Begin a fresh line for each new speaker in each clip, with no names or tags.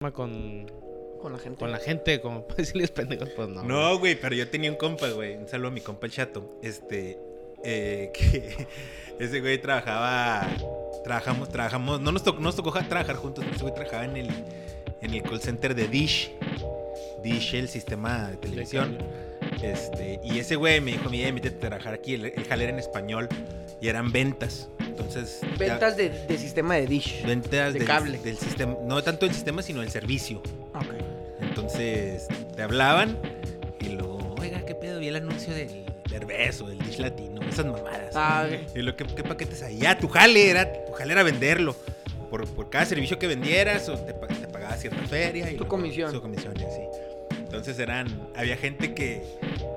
forma con,
Con la gente.
con la gente, como para decirles pendejos, pues no. güey.
No, güey, pero yo tenía un compa, güey. Un saludo a mi compa el chato. Este, eh, que ese güey trabajaba, trabajamos, trabajamos. No nos tocó, no nos tocó ja- trabajar juntos, pero ese güey trabajaba en el, en el call center de Dish. Dish, el sistema de televisión. Este, y ese güey me dijo, mira, métete a trabajar aquí. El, el jale era en español y eran ventas. Entonces, ya-
Ventas de, de sistema de dish.
ventas
de
del-
cable.
del sistema. No tanto el sistema, sino el servicio.
Ok.
Entonces te hablaban y luego, oiga, qué pedo, vi el anuncio del Derbez o del Dish Latino, esas mamadas.
Ah, ok.
Y lo que qué paquetes ahí, ya, tu jale era, tu jale era venderlo. Por, por cada servicio que vendieras, o te, pa- te pagaba cierta feria. Y
Tu
luego
comisión.
Su comisión, y así. Entonces eran, había gente que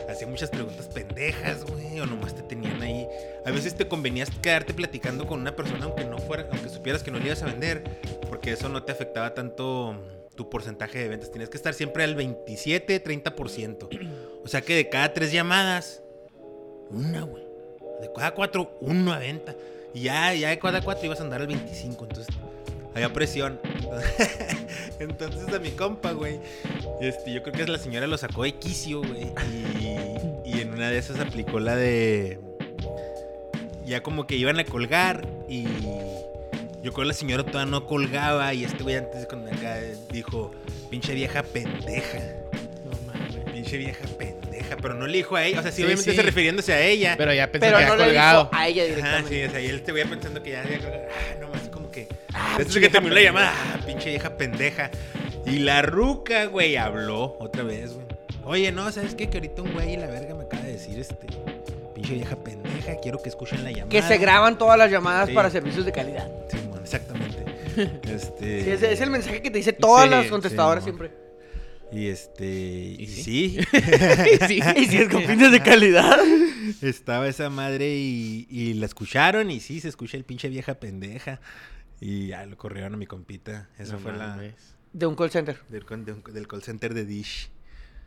hacía muchas preguntas pendejas, güey, o nomás te tenían ahí. A veces te convenías quedarte platicando con una persona aunque no fuera, aunque supieras que no le ibas a vender, porque eso no te afectaba tanto tu porcentaje de ventas. Tienes que estar siempre al 27, 30%. O sea que de cada tres llamadas, una, güey. De cada cuatro, uno a venta. Y ya, ya de cada cuatro ibas a andar al 25, entonces había presión. Entonces a mi compa, güey, este, yo creo que la señora lo sacó de quicio, güey. Y, y en una de esas aplicó la de... Ya como que iban a colgar y yo creo que la señora todavía no colgaba y este güey antes con acá dijo, pinche vieja pendeja,
No mames.
pinche vieja pendeja, pero no le dijo a ella, o sea, sí,
Sí,
obviamente
sí.
se refiriéndose a ella.
Pero ya pensé
Pero
que
no
había
le
colgado.
dijo
Ah,
a ella
Ajá, sí,
directamente.
o sea, y él te voy pensando que ya, ya- ah, no más, como que.
Ah,
Desde que
vieja
terminó la
pendeja.
llamada, ah, pinche vieja pendeja. Y la ruca, güey, habló otra vez, güey. Oye, no, ¿sabes qué? Que ahorita un güey, la verga, me acaba de decir este. Pinche vieja pendeja, quiero que escuchen la llamada.
Que se graban todas las llamadas
Sí.
para servicios de calidad.
Sí, mon, exactamente. Este.
Sí, ese es el mensaje que te dice todas
Sí,
las contestadoras
sí, no.
siempre.
Y este. Y,
sí?
sí.
sí.
Y si es con fines de calidad.
Estaba esa madre y, y la escucharon y sí, se escucha el pinche vieja pendeja. Y ya lo corrieron a mi compita. Esa
No
fue la.
mames.
De un call center.
Del, con- de un- del call center de Dish.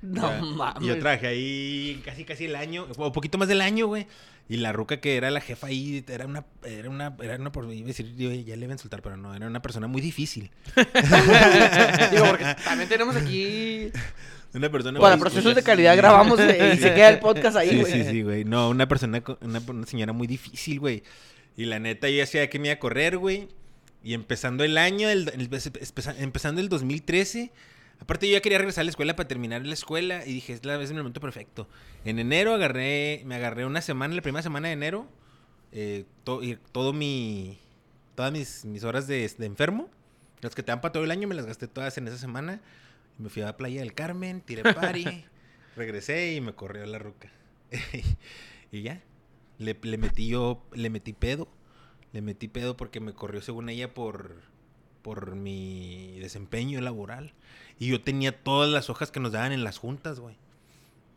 No
Ya.
mames.
Y yo trabajé ahí casi, casi el año, o poquito más del año, güey. Y la ruca que era la jefa ahí, era una, era una, era una, por- iba a decir, yo ya le iba a insultar, pero no, era una persona muy difícil.
Digo, porque también tenemos aquí.
Una persona
Para
muy-
procesos de
sí.
calidad grabamos eh, y
pues, Sí,
se queda el podcast ahí,
Sí,
güey.
sí, sí, güey. No, una persona, co- una, una señora muy difícil, güey. Y la neta, yo decía que me iba a correr, güey. Y empezando el año, el, el- espeza- empezando el 2013, aparte yo ya quería regresar a la escuela para terminar la escuela y dije, es la vez en el momento perfecto. En enero agarré, me agarré una semana, la primera semana de enero, eh, to- y todo mi, todas mis, mis horas de, de enfermo, las que te dan para todo el año, me las gasté todas en esa semana. Me fui a la playa del Carmen, tiré party, regresé y me corrió la ruca. y ya. Le, le metí yo, le metí pedo. Le metí pedo porque me corrió según ella por, por mi desempeño laboral. Y yo tenía todas las hojas que nos daban en las juntas, güey.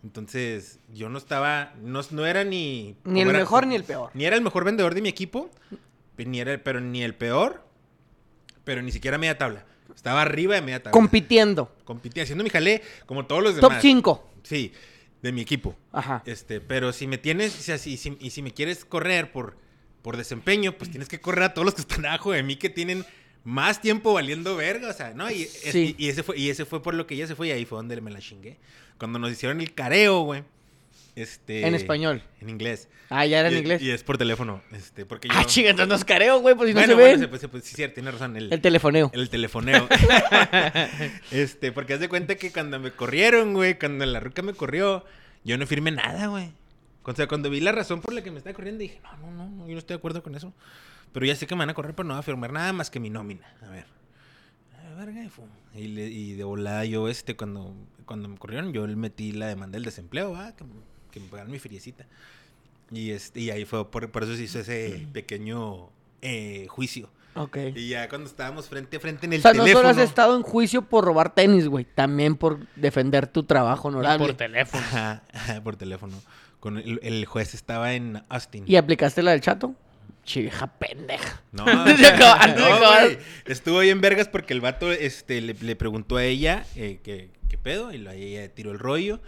Entonces, yo no estaba, no, no era ni...
Ni el
como era-
mejor ni el peor.
ni era el mejor vendedor de mi equipo, ni era, pero ni el peor, pero ni siquiera media tabla. Estaba arriba de media tabla.
Compitiendo.
Compití, haciendo mi jalé como todos los
Top
demás.
5.
Sí, de mi equipo.
Ajá.
Este, pero si me tienes, o sea, si- si- y si me quieres correr por, por desempeño, pues tienes que correr a todos los que están abajo de mí que tienen más tiempo valiendo verga, o sea, ¿no? Y, es-
Sí.
y, y ese fue, y ese fue por lo que ella se fue y ahí fue donde me la chingué. Cuando nos hicieron el careo, güey. Este,
En español.
En inglés.
Ah, ya era en
Y-
englés.
Y es por teléfono, este, porque yo...
Ah, chinga, entonces nos careo, güey, pues si no
Bueno,
se ven.
bueno, pues, pues, sí, cierto, tiene razón, el,
El telefoneo.
el telefoneo. este, porque haz de cuenta que cuando me corrieron, güey, cuando la ruca me corrió, yo no firmé nada, güey. O sea, cuando vi la razón por la que me está corriendo, dije, no, no, no, no, yo no estoy de acuerdo con eso. Pero ya sé que me van a correr, pero no voy a firmar nada más que mi nómina. A ver. A la verga, y fum. Y, le- y de volada yo, este, cuando, cuando me corrieron, yo le metí la demanda del desempleo, va, que, me- que me pagaron mi feriecita. Y, este, y ahí fue, por, por eso se hizo ese pequeño eh, juicio.
Ok.
Y ya cuando estábamos frente a frente en el
O sea, no
teléfono.
solo has estado en juicio por robar tenis, güey. También por defender tu
Y
trabajo honorable.
Por teléfono.
Ajá, ajá, por teléfono. Con el, el juez estaba en Austin.
¿Y aplicaste la del chato? Chivija pendeja.
No,
Antes de acabar- antes de
no,
acabar.
güey. Estuvo bien vergas porque el vato este, le, le preguntó a ella eh, qué, qué pedo y la- ella tiró el rollo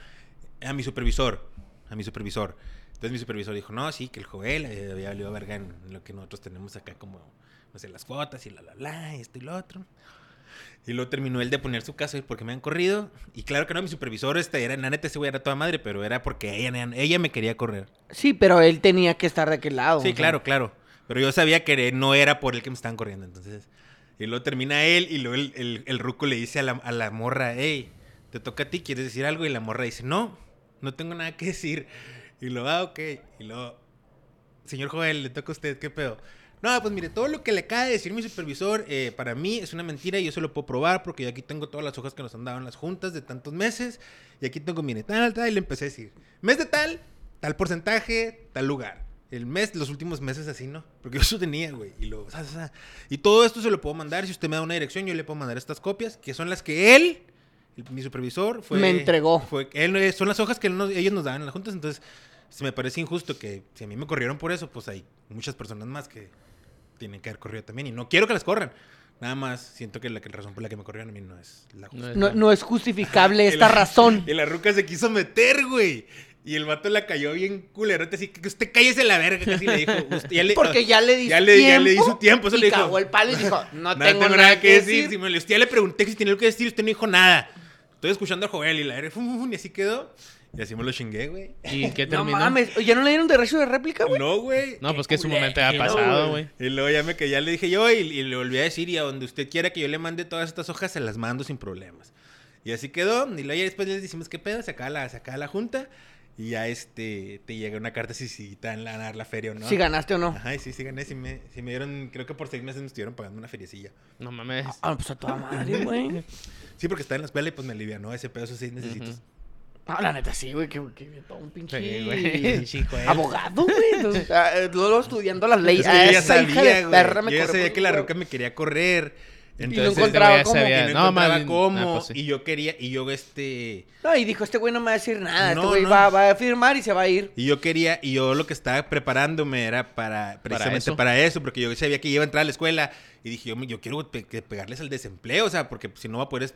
a mi supervisor, a mi supervisor. Entonces mi supervisor dijo, no, sí, que el Joel eh, había valido verga en lo que nosotros tenemos acá como, no sé, las cuotas y la, la, la, y esto y lo otro. Y luego terminó él de poner su caso y porque me han corrido. Y claro que no, mi supervisor, este, era, la neta, ese güey era toda madre, pero era porque ella, ella me quería correr.
Sí, pero él tenía que estar de aquel lado.
Sí,
o sea.
claro, claro. Pero yo sabía que no era por él que me estaban corriendo, entonces. Y luego termina él y luego el, el- el ruco le dice a la, a la morra, hey, te toca a ti, ¿quieres decir algo? Y la morra dice, no, no tengo nada que decir. Y luego, ah, ok. Y luego, señor Joel, le toca a usted, ¿qué pedo? No, pues mire, todo lo que le acaba de decir mi supervisor, eh, para mí es una mentira y yo se lo puedo probar porque yo aquí tengo todas las hojas que nos han dado en las juntas de tantos meses y aquí tengo, mire, tal, tal, y le empecé a decir, mes de tal, tal porcentaje, tal lugar. El mes, los últimos meses así, ¿no? Porque yo eso tenía, güey. Y luego, sa, sa, sa. Y todo esto se lo puedo mandar. Si usted me da una dirección, yo le puedo mandar estas copias, que son las que él, el- mi supervisor, fue.
Me entregó.
Fue, él, eh, son las hojas que él nos- ellos nos daban en las juntas. Entonces, se me parece injusto que si a mí me corrieron por eso, pues hay muchas personas más que tienen que haber corrido también. Y no quiero que las corran. Nada más siento que la, que la razón por la que me corrieron a mí no es la justa.
No es-
No, no es justificable
Y
esta
la-
razón.
Y la ruca se quiso meter, güey. Y el vato la cayó bien culerote, así que usted cállese la verga, casi le dijo. Usted- ya le-
Porque ya le di
ya
su
le-
tiempo.
ya le di su tiempo, eso
y
le dijo.
cagó el palo y dijo, no
Nada
tengo, nada que decir.
Simón. Y usted ya le pregunté que si tenía algo que decir, usted no dijo nada. Estoy escuchando a Joel y la verga, fum, fum, fum, y así quedó. Y así me lo chingué, güey.
¿Y qué
No
terminó?
mames, ¿ya no le dieron derecho de réplica, güey?
No, güey.
No, pues que su momento
culero,
había pasado, güey.
Y luego ya me que ya le dije yo y, y le volví a decir y a donde usted quiera que yo le mande todas estas hojas se las mando sin problemas. Y así quedó. Y luego ya después les decimos qué pedo, se acaba la, se acaba la junta y ya este te llega una carta si si te van a dar la feria o no.
Si ganaste o no.
Ajá, y sí, sí gané, sí me, sí me dieron, creo que por seis meses me estuvieron pagando una feriecilla.
No mames.
Ah, pues a toda madre, güey.
Sí, porque estaba en la escuela y pues me alivianó ese pedo esos seis necesitos.
Ujú.
Ah, la neta, sí, güey, que, que todo un pinche
Sí, güey. Chico,
Ah,
este. él.
abogado, güey. Entonces, ah, eh, Luego estudiando las
Es
leyes.
que
Ah,
yo ya
esa hija de
sabía, güey.
perra me
Yo ya
corrió
sabía
por
que la
el
ruca me quería correr. Entonces,
este güey
encontraba
ya
cómo,
y
sabía.
no,
No, más
encontraba
bien-
cómo.
ah, pues sí.
Y yo quería, y yo este...
No, y dijo, este güey no me va a decir nada.
No,
este güey
no.
va, va a firmar y se va a ir.
Y yo quería, y yo lo que estaba preparándome era para precisamente para eso,
eso.
porque yo sabía que iba a entrar a la escuela y dije, yo, me- yo quiero pe- que pegarles al desempleo, o sea, porque si no va a poder, es-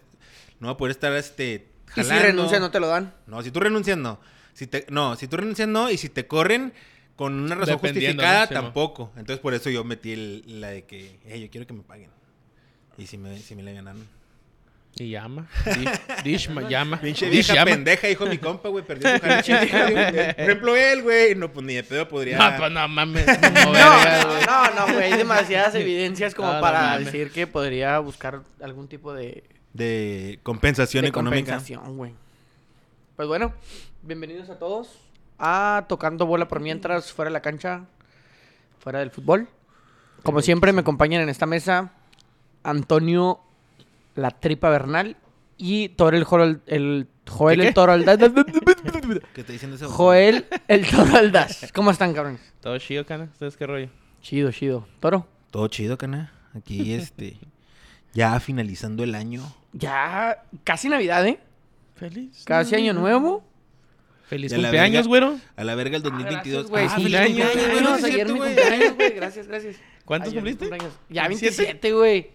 no va a poder estar este
Y si renuncia, no te lo dan.
No, si tú renuncias no. Si te no, si tú renuncias no y si te corren con una razón
Dependiendo,
justificada
¿no? Sí, mo.
tampoco. Entonces por eso yo metí el- la de que, "Hey, yo quiero que me paguen. Y si me si me la ganaron.
Y llama. Di- Dish ma- llama.
Pinche
Dish
vieja
llama.
pendeja, hijo de mi compa, güey, perdió su jale. Por ejemplo, él, güey, no pues ni de pedo podría
No, pues no mames. No, verga,
No,
güey.
no, no, güey. Hay demasiadas evidencias como
No, no
para
mames.
decir que podría buscar algún tipo de,
de compensación
de
económica.
compensación, güey. Pues bueno, bienvenidos a todos a Tocando Bola por Mientras, fuera de la cancha, fuera del fútbol. Como siempre, me acompañan en esta mesa Antonio La Tripa Bernal y Torel el Joro- el Joel
¿Qué,
el
qué?
Toro Aldaz.
¿Qué está diciendo ese
Joel el Toro Aldaz. ¿Cómo están, cabrones?
Todo chido, cana. ¿Ustedes qué rollo?
Chido, chido. Toro.
Todo chido, cana. Aquí, este. ya finalizando el año.
Ya casi Navidad, ¿eh?
Feliz.
Casi Año Nuevo.
Feliz
Ya la
cumpleaños,
verga.
güero.
A la verga el
Gracias,
2022.
güey.
Ah,
pues,
Sí,
feliz
cumpleaños,
cumpleaños, güey.
güey. No, ayer mi cumpleaños, güey. Gracias, gracias.
¿Cuántos
Ayer mi
cumpliste?
cumpleaños. Ya
27.
27, güey.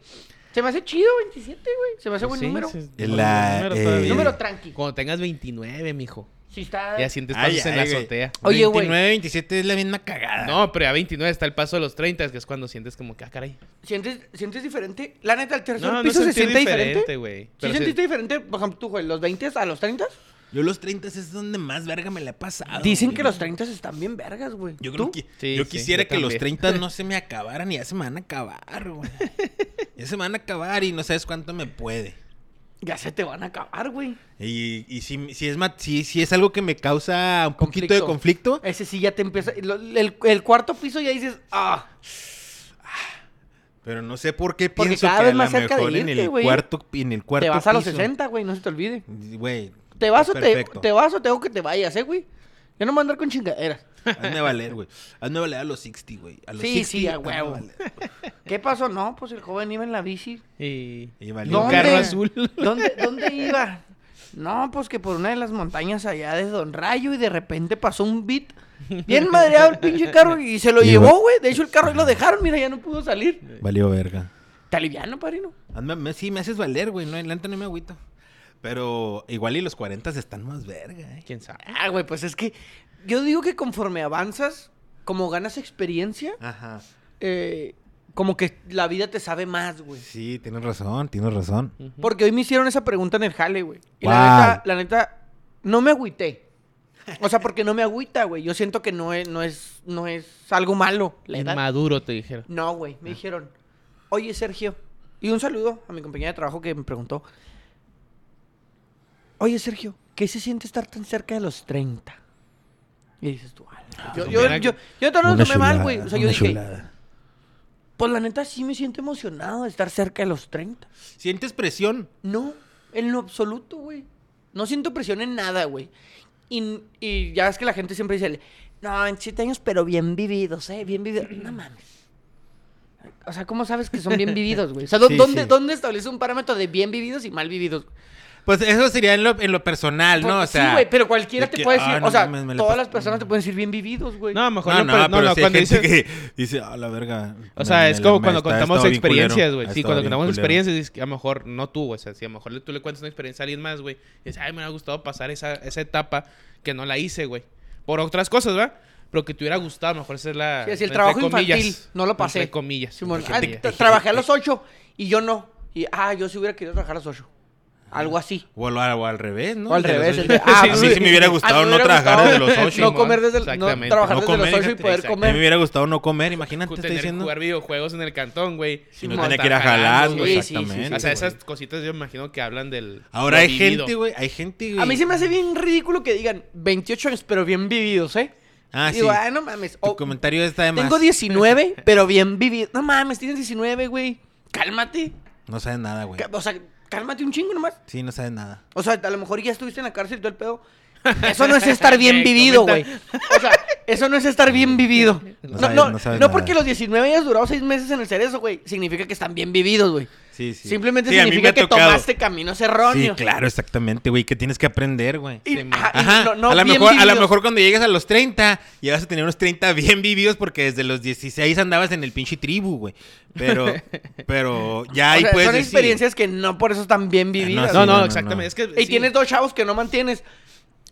Se me hace chido 27, güey. Se me hace buen
Pues Sí,
número.
sí,
En la,
número
eh,
todavía.
Número tranqui.
Cuando tengas 29, mijo.
Si está...
Ya sientes
Ay,
pasos en
ay,
la
güey. Ah.
azotea.
Oye, güey.
29, 27 es la misma cagada.
No, pero a 29 está el paso de los 30, que es cuando sientes como que, ah, caray.
¿Sientes, ¿Sientes diferente? La neta, el tercer
No, no
piso se
sentí
siente diferente.
güey.
¿Sí
Pero
sentiste diferente? Por ejemplo, tú, güey, ¿los 20 a los 30?
Yo los 30 es donde más verga me la he pasado.
Dicen
güey.
que los 30 están bien vergas, güey.
Yo, creo
¿Tú?
que-
Sí,
yo
sí,
quisiera
yo
que los
también.
30 no se me acabaran y ya se me van a acabar, güey. ya se me van a acabar y no sabes cuánto me puede.
Ya se te van a acabar, güey.
Y, y si, si es, ma- si, si es algo que me causa un poquito de conflicto,
Ese sí ya te empieza... lo- El, el cuarto piso ya dices... Ah,
Pero no sé por qué
Porque
pienso
cada
que
vez
a
más
lo
cerca de
mejor en
irte,
el
güey.
cuarto en el cuarto
te vas a los
piso.
60, güey. No se te olvide.
Güey.
Te vas o te,
perfecto.
te vas o tengo que te vayas, eh, güey. Yo no me voy a andar con chingaderas.
Hazme valer, güey. Hazme valer a los 60, güey. A los
Sí,
60,
sí, a
hazme
huevo.
valer.
¿Qué pasó? No, pues el joven iba en la bici.
Y...
Y
y
valió
un
¿Dónde?
carro azul.
¿Dónde, dónde iba? No, pues que por una de las montañas allá de Don Rayo y de repente pasó un beat. Bien madreado el pinche carro y se lo
Y
llevó,
iba-
güey. De hecho, el carro ahí lo dejaron, mira, ya no pudo salir.
Valió verga.
Te aliviano, padrino.
Hazme- me- sí, me haces valer, güey. No, adelante no me agüito. Pero igual y los 40 están más verga, eh.
¿Quién sabe?
Ah, güey, pues es que yo digo que conforme avanzas, como ganas experiencia,
Ajá.
eh, Como que la vida te sabe más, güey.
Sí, tienes razón, tienes razón.
Ujú.
Porque hoy me hicieron esa pregunta en el jale, güey. Y
Guau.
la neta, la neta, no me agüité. O sea, porque no me agüita, güey. Yo siento que no es, no es, no es algo malo la edad.
Inmaduro, te dijeron.
No, güey.
Ah.
Me dijeron, oye, Sergio. Y un saludo a mi compañera de trabajo que me preguntó. Oye, Sergio, ¿qué se siente estar tan cerca de los 30? Y dices tú, "A
Ah,
la-". yo, yo, yo,
mira,
yo, neta no lo
pues Una
tomé mal,
chulada,
güey. O sea, yo
una
dije,
chulada.
pues la neta sí me siento emocionado de estar cerca de los 30.
¿Sientes presión?
No, en lo absoluto, güey. No siento presión en nada, güey. Y, y ya es que la gente siempre dice, el, no, en siete años, pero bien vividos, ¿eh? Bien vividos. No mames. O sea, ¿cómo sabes que son bien vividos, güey? O sea, ¿dó-
Sí,
¿dónde,
sí.
¿dónde establece un parámetro de bien vividos y mal vividos?
Pues eso sería en lo, en lo personal, ¿no? O
Pues,
sea,
sí, güey, pero cualquiera
de
te
que,
puede decir,
"Ah, no
o sea,
mames, me la
todas
pas-
las personas te pueden decir bien vividos, güey.
No, mejor
No,
no,
Ah, no,
pero- no,
pero
no,
sí hay
cuando
gente
dices-
que dice, a la verga.
O sea,
me-
es
me-
como
me-
cuando
está-
contamos
estaba bien culero,
experiencias, güey.
ha
Sí,
estado
cuando
bien
contamos
culero".
experiencias, dices que a lo mejor no tú, güey. O sea, si a lo mejor tú le cuentas una experiencia a alguien más, güey. y Dices, ay, me hubiera gustado pasar esa, esa etapa que no la hice, güey. Por otras cosas, ¿verdad? Pero que te hubiera gustado, a lo mejor esa es la.
Sí, así el
entre
trabajo infantil, no lo pasé.
Entre comillas.
Simón,
Porque
"Ah,
te-
tra- trabajé a los ocho y yo no. Y, ah, yo sí hubiera querido trabajar a los ocho. Algo así.
O al, o al revés, ¿no?
O al
De los
revés.
ocho.
el de- ah,
a mí pues sí me hubiera
a mí
gustado
me
no
hubiera
trabajar
gustado
desde los ocho.
No
Simón.
comer desde el, no
Exactamente.
trabajar
No
desde
comer,
los ocho y
fíjate,
poder
exacto.
A mí me
comer.
hubiera gustado no comer, imagínate, te
tener
estoy diciendo.
jugar videojuegos en el cantón, güey.
Si no
Simón.
tenía que ir a
Estar
jalar,
jalando,
Sí,
güey,
sí, sí,
exactamente.
O sea,
güey.
esas cositas yo me imagino que hablan del.
Ahora
lo
hay
vivido.
gente, güey, hay gente, güey.
A mí se me hace bien ridículo que digan 28 años, pero bien vividos, ¿eh?
Ah,
Digo,
sí.
ah, no mames.
Tu
o-
comentario está de más.
tengo 19, pero bien vivido. No mames, tienes 19, güey. Cálmate.
No sabes nada, güey.
Ca- O sea, cálmate un chingo nomás.
Sí, no sabes nada.
O sea, a lo mejor ya estuviste en la cárcel y todo el pedo. Eso no es estar bien vivido, güey.
Eh, Comenta.
O sea, eso no es estar bien vivido. No,
No
no,
sabes-
no,
no sabes nada.
porque los 19 hayas durado 6 meses en el cerezo, güey. Significa que están bien vividos, güey.
Sí, sí.
Simplemente
Sí, a mí me
significa
ha
que
tocado.
tomaste caminos erróneos.
Sí, claro, exactamente, güey. Que tienes que aprender, güey.
Y-
Sí,
ajá, Ah, y
Ajá.
no- no
a, lo
bien
mejor, a lo
vividos.
mejor cuando llegues a los 30, ya vas a tener unos 30 bien vividos porque desde los 16 andabas en el pinche tribu, güey. Pero, pero ya
O
ahí
sea,
puedes
son
decir.
experiencias que no por eso están bien vividas.
No,
Sí, no,
no,
no,
exactamente.
no.
Es que.
Y
sí.
tienes dos chavos que no mantienes.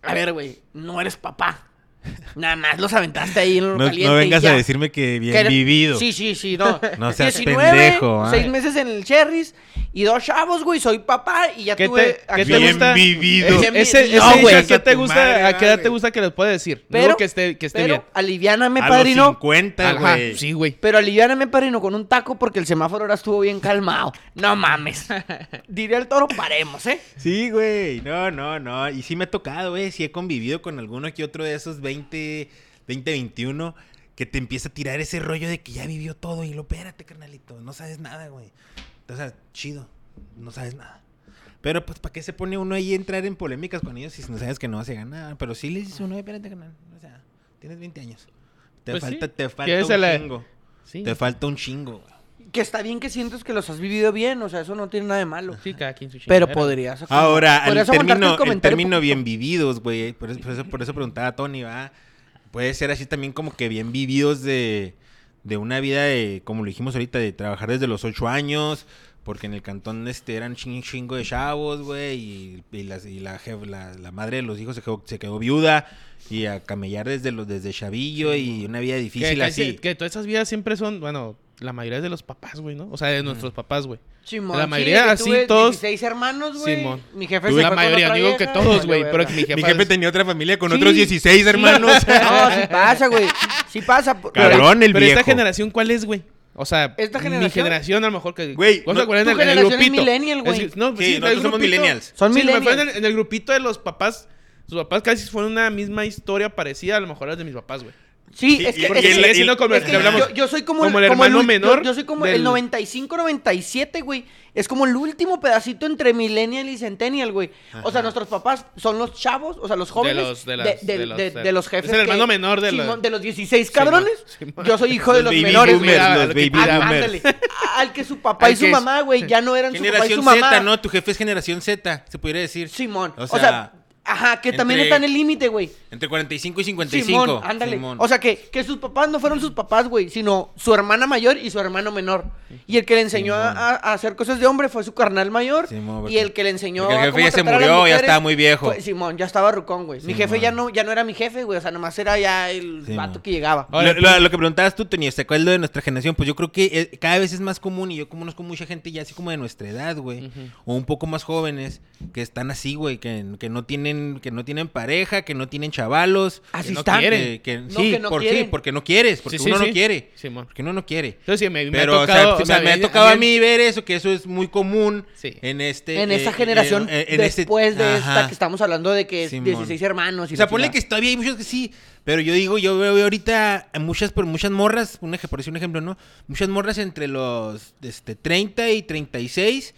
A ver, güey, no eres papá. Nada más los aventaste ahí en lo
No, no
caliente. y
vengas
ya.
a decirme que bien
Que eres-
vivido.
Sí, sí, sí, no.
No seas pendejo, ah.
Seis meses en el Cherries y dos chavos, güey. Soy papá y ya
¿Qué
tuve.
te-
acceso-
qué
bien
te gusta?
vivido.
Ese-
Ese, ese
No,
dicho,
güey.
¿a qué te
Tu
gusta,
madre,
a qué edad
madre.
te gusta que les pueda decir? No
Pero-
que esté, que esté
pero
bien.
aliviáname,
a los
padrino.
50,
Ajá,
güey.
sí, güey.
Pero aliviáname, padrino, con un taco porque el semáforo ahora estuvo bien calmado. No mames. Diré al toro, paremos, ¿eh?
Sí, güey. No, no, no. Y sí me ha tocado, güey. Sí he convivido con alguno que otro de esos 20, 20, 21 que te empieza a tirar ese rollo de que ya vivió todo y lo, espérate, carnalito. No sabes nada, güey. O sea, chido. No sabes nada. Pero, pues, ¿para qué se pone uno ahí a entrar en polémicas con ellos si no sabes que no vas a ganar? Pero sí le dices a uno, "Eh, espérate, carnal. O sea, tienes 20 años. Te
Pues sí.
falta, te falta
Quieres
un
a la-
chingo.
Sí.
Te falta un chingo, güey.
Que está bien que sientes que los has vivido bien, o sea, eso no tiene nada de malo.
Sí, cada quien su
Pero
chingadera.
podrías. acom-
Ahora, el
podrías aguantarte
término, el
comentario
término
poquito.
bien vividos, güey. Por eso, por eso- por eso preguntaba a Tony, va. Puede ser así también como que bien vividos de, de una vida de, como lo dijimos ahorita, de trabajar desde los ocho años. Porque en el cantón este eran chin- chingo de chavos, güey. Y, y las- y la, jef- la, la madre de los hijos se quedó, se quedó viuda. Y a camellar desde los desde chavillo y una vida
Que-
difícil
que,
así.
Que, todas esas vidas siempre son, bueno, la mayoría es de los papás, güey, ¿no? O sea, de nuestros papás, güey.
Simón,
La
sí,
mayoría,
que
así,
tuve
todos-
16 hermanos, güey.
Simón.
Mi jefe
La mayoría,
no
digo que todos, güey. Pero que mi jefe.
Mi jefe tenía otra familia con
Sí.
otros 16 hermanos.
No, sí pasa, güey. Sí pasa. por-
Pero-
Cabrón, el
Pero esta
viejo.
generación, ¿cuál es, güey? O sea,
¿Esta
mi
generación?
generación a lo mejor que...
Güey,
¿Vos
no-
te acuerdas
tu
en el- en el
generación es
grupito?
millennial, güey.
que- no, pues
Sí,
sí,
nosotros
el
somos
grupito-
millennials.
Son
sí, me acuerdo
millennials.
En, en el grupito de los papás, sus papás casi fueron una misma historia parecida a lo mejor a las de mis papás, güey.
Sí,
Sí,
es
y-
que,
Porque
es que-
sigue
el-
siendo
el-
como
es
el
que
que hablamos.
yo, yo soy como,
como el hermano
ul-
menor
Yo, yo soy como el
del-
95-97, güey. Es como el último pedacito entre millennial y centennial, güey. O sea, nuestros papás son los chavos, o sea, los jóvenes.
los- de
de-
las-
de-
de los-
de-
de-
de los jefes.
es el hermano
que-
menor de
Simón,
los-
de los 16 cabrones.
Simón, Simón.
Yo soy hijo de
Los
los
baby
menores, güey.
boomers,
Ah,
los
lo
baby
que-
ah,
boomers.
ándale. Al que su papá
Al
y su
que es-
mamá, güey, ya no eran su papá y su
Generación
mamá.
Z, ¿no? Tu jefe es generación Z, se pudiera decir.
Simón.
O
O
sea,
sea, Ajá, que también
Entre-
está en el límite, güey.
Entre 45 y 55.
Simón, ándale.
Simón.
O sea, que, que sus papás no fueron sus papás, güey, sino su hermana mayor y su hermano menor. Y el que le enseñó a,
Simón.
a- a hacer cosas de hombre fue su carnal mayor.
Simón, porque-
y el que le enseñó.
porque el
a
jefe
cómo
ya se
tratar a las
murió, ya
mujeres
estaba muy viejo.
fue- Simón, ya estaba rucón, güey. Mi jefe
Simón.
ya no, ya no era mi jefe, güey. O sea, nomás era ya el
Simón.
vato que llegaba.
Ahora,
lo, lo- lo que preguntabas tú, Tony, ¿te acuerdas lo de nuestra generación? Pues yo creo que eh, cada vez es más común y yo conozco mucha gente ya así como de nuestra edad, güey,
Ujú.
o un poco más jóvenes que están así, güey, que, que no tienen que no tienen pareja, que no tienen chavalos,
Así
que no
está.
quieren.
que, que-
No,
sí,
que no
por- sí,
quieren.
porque no quieres, porque
Sí, sí,
uno
sí.
no quiere,
Simón.
porque uno no quiere.
Entonces, sí, me, me
Pero,
ha
o sea,
tocado.
sí,
o sea,
me, me ha tocado a mí ver eso, que eso es muy común
Sí.
en este...
En
eh,
esa
eh,
generación,
eh, en este-
después de esta
Ajá.
que estamos hablando de que es
Simón.
16 hermanos. Y
O sea,
la
ponle que
chingada.
todavía hay muchos que sí, pero yo digo, yo veo ahorita a muchas, por muchas morras, un ej- por decir un ejemplo, ¿no? Muchas morras entre los este, 30 y 36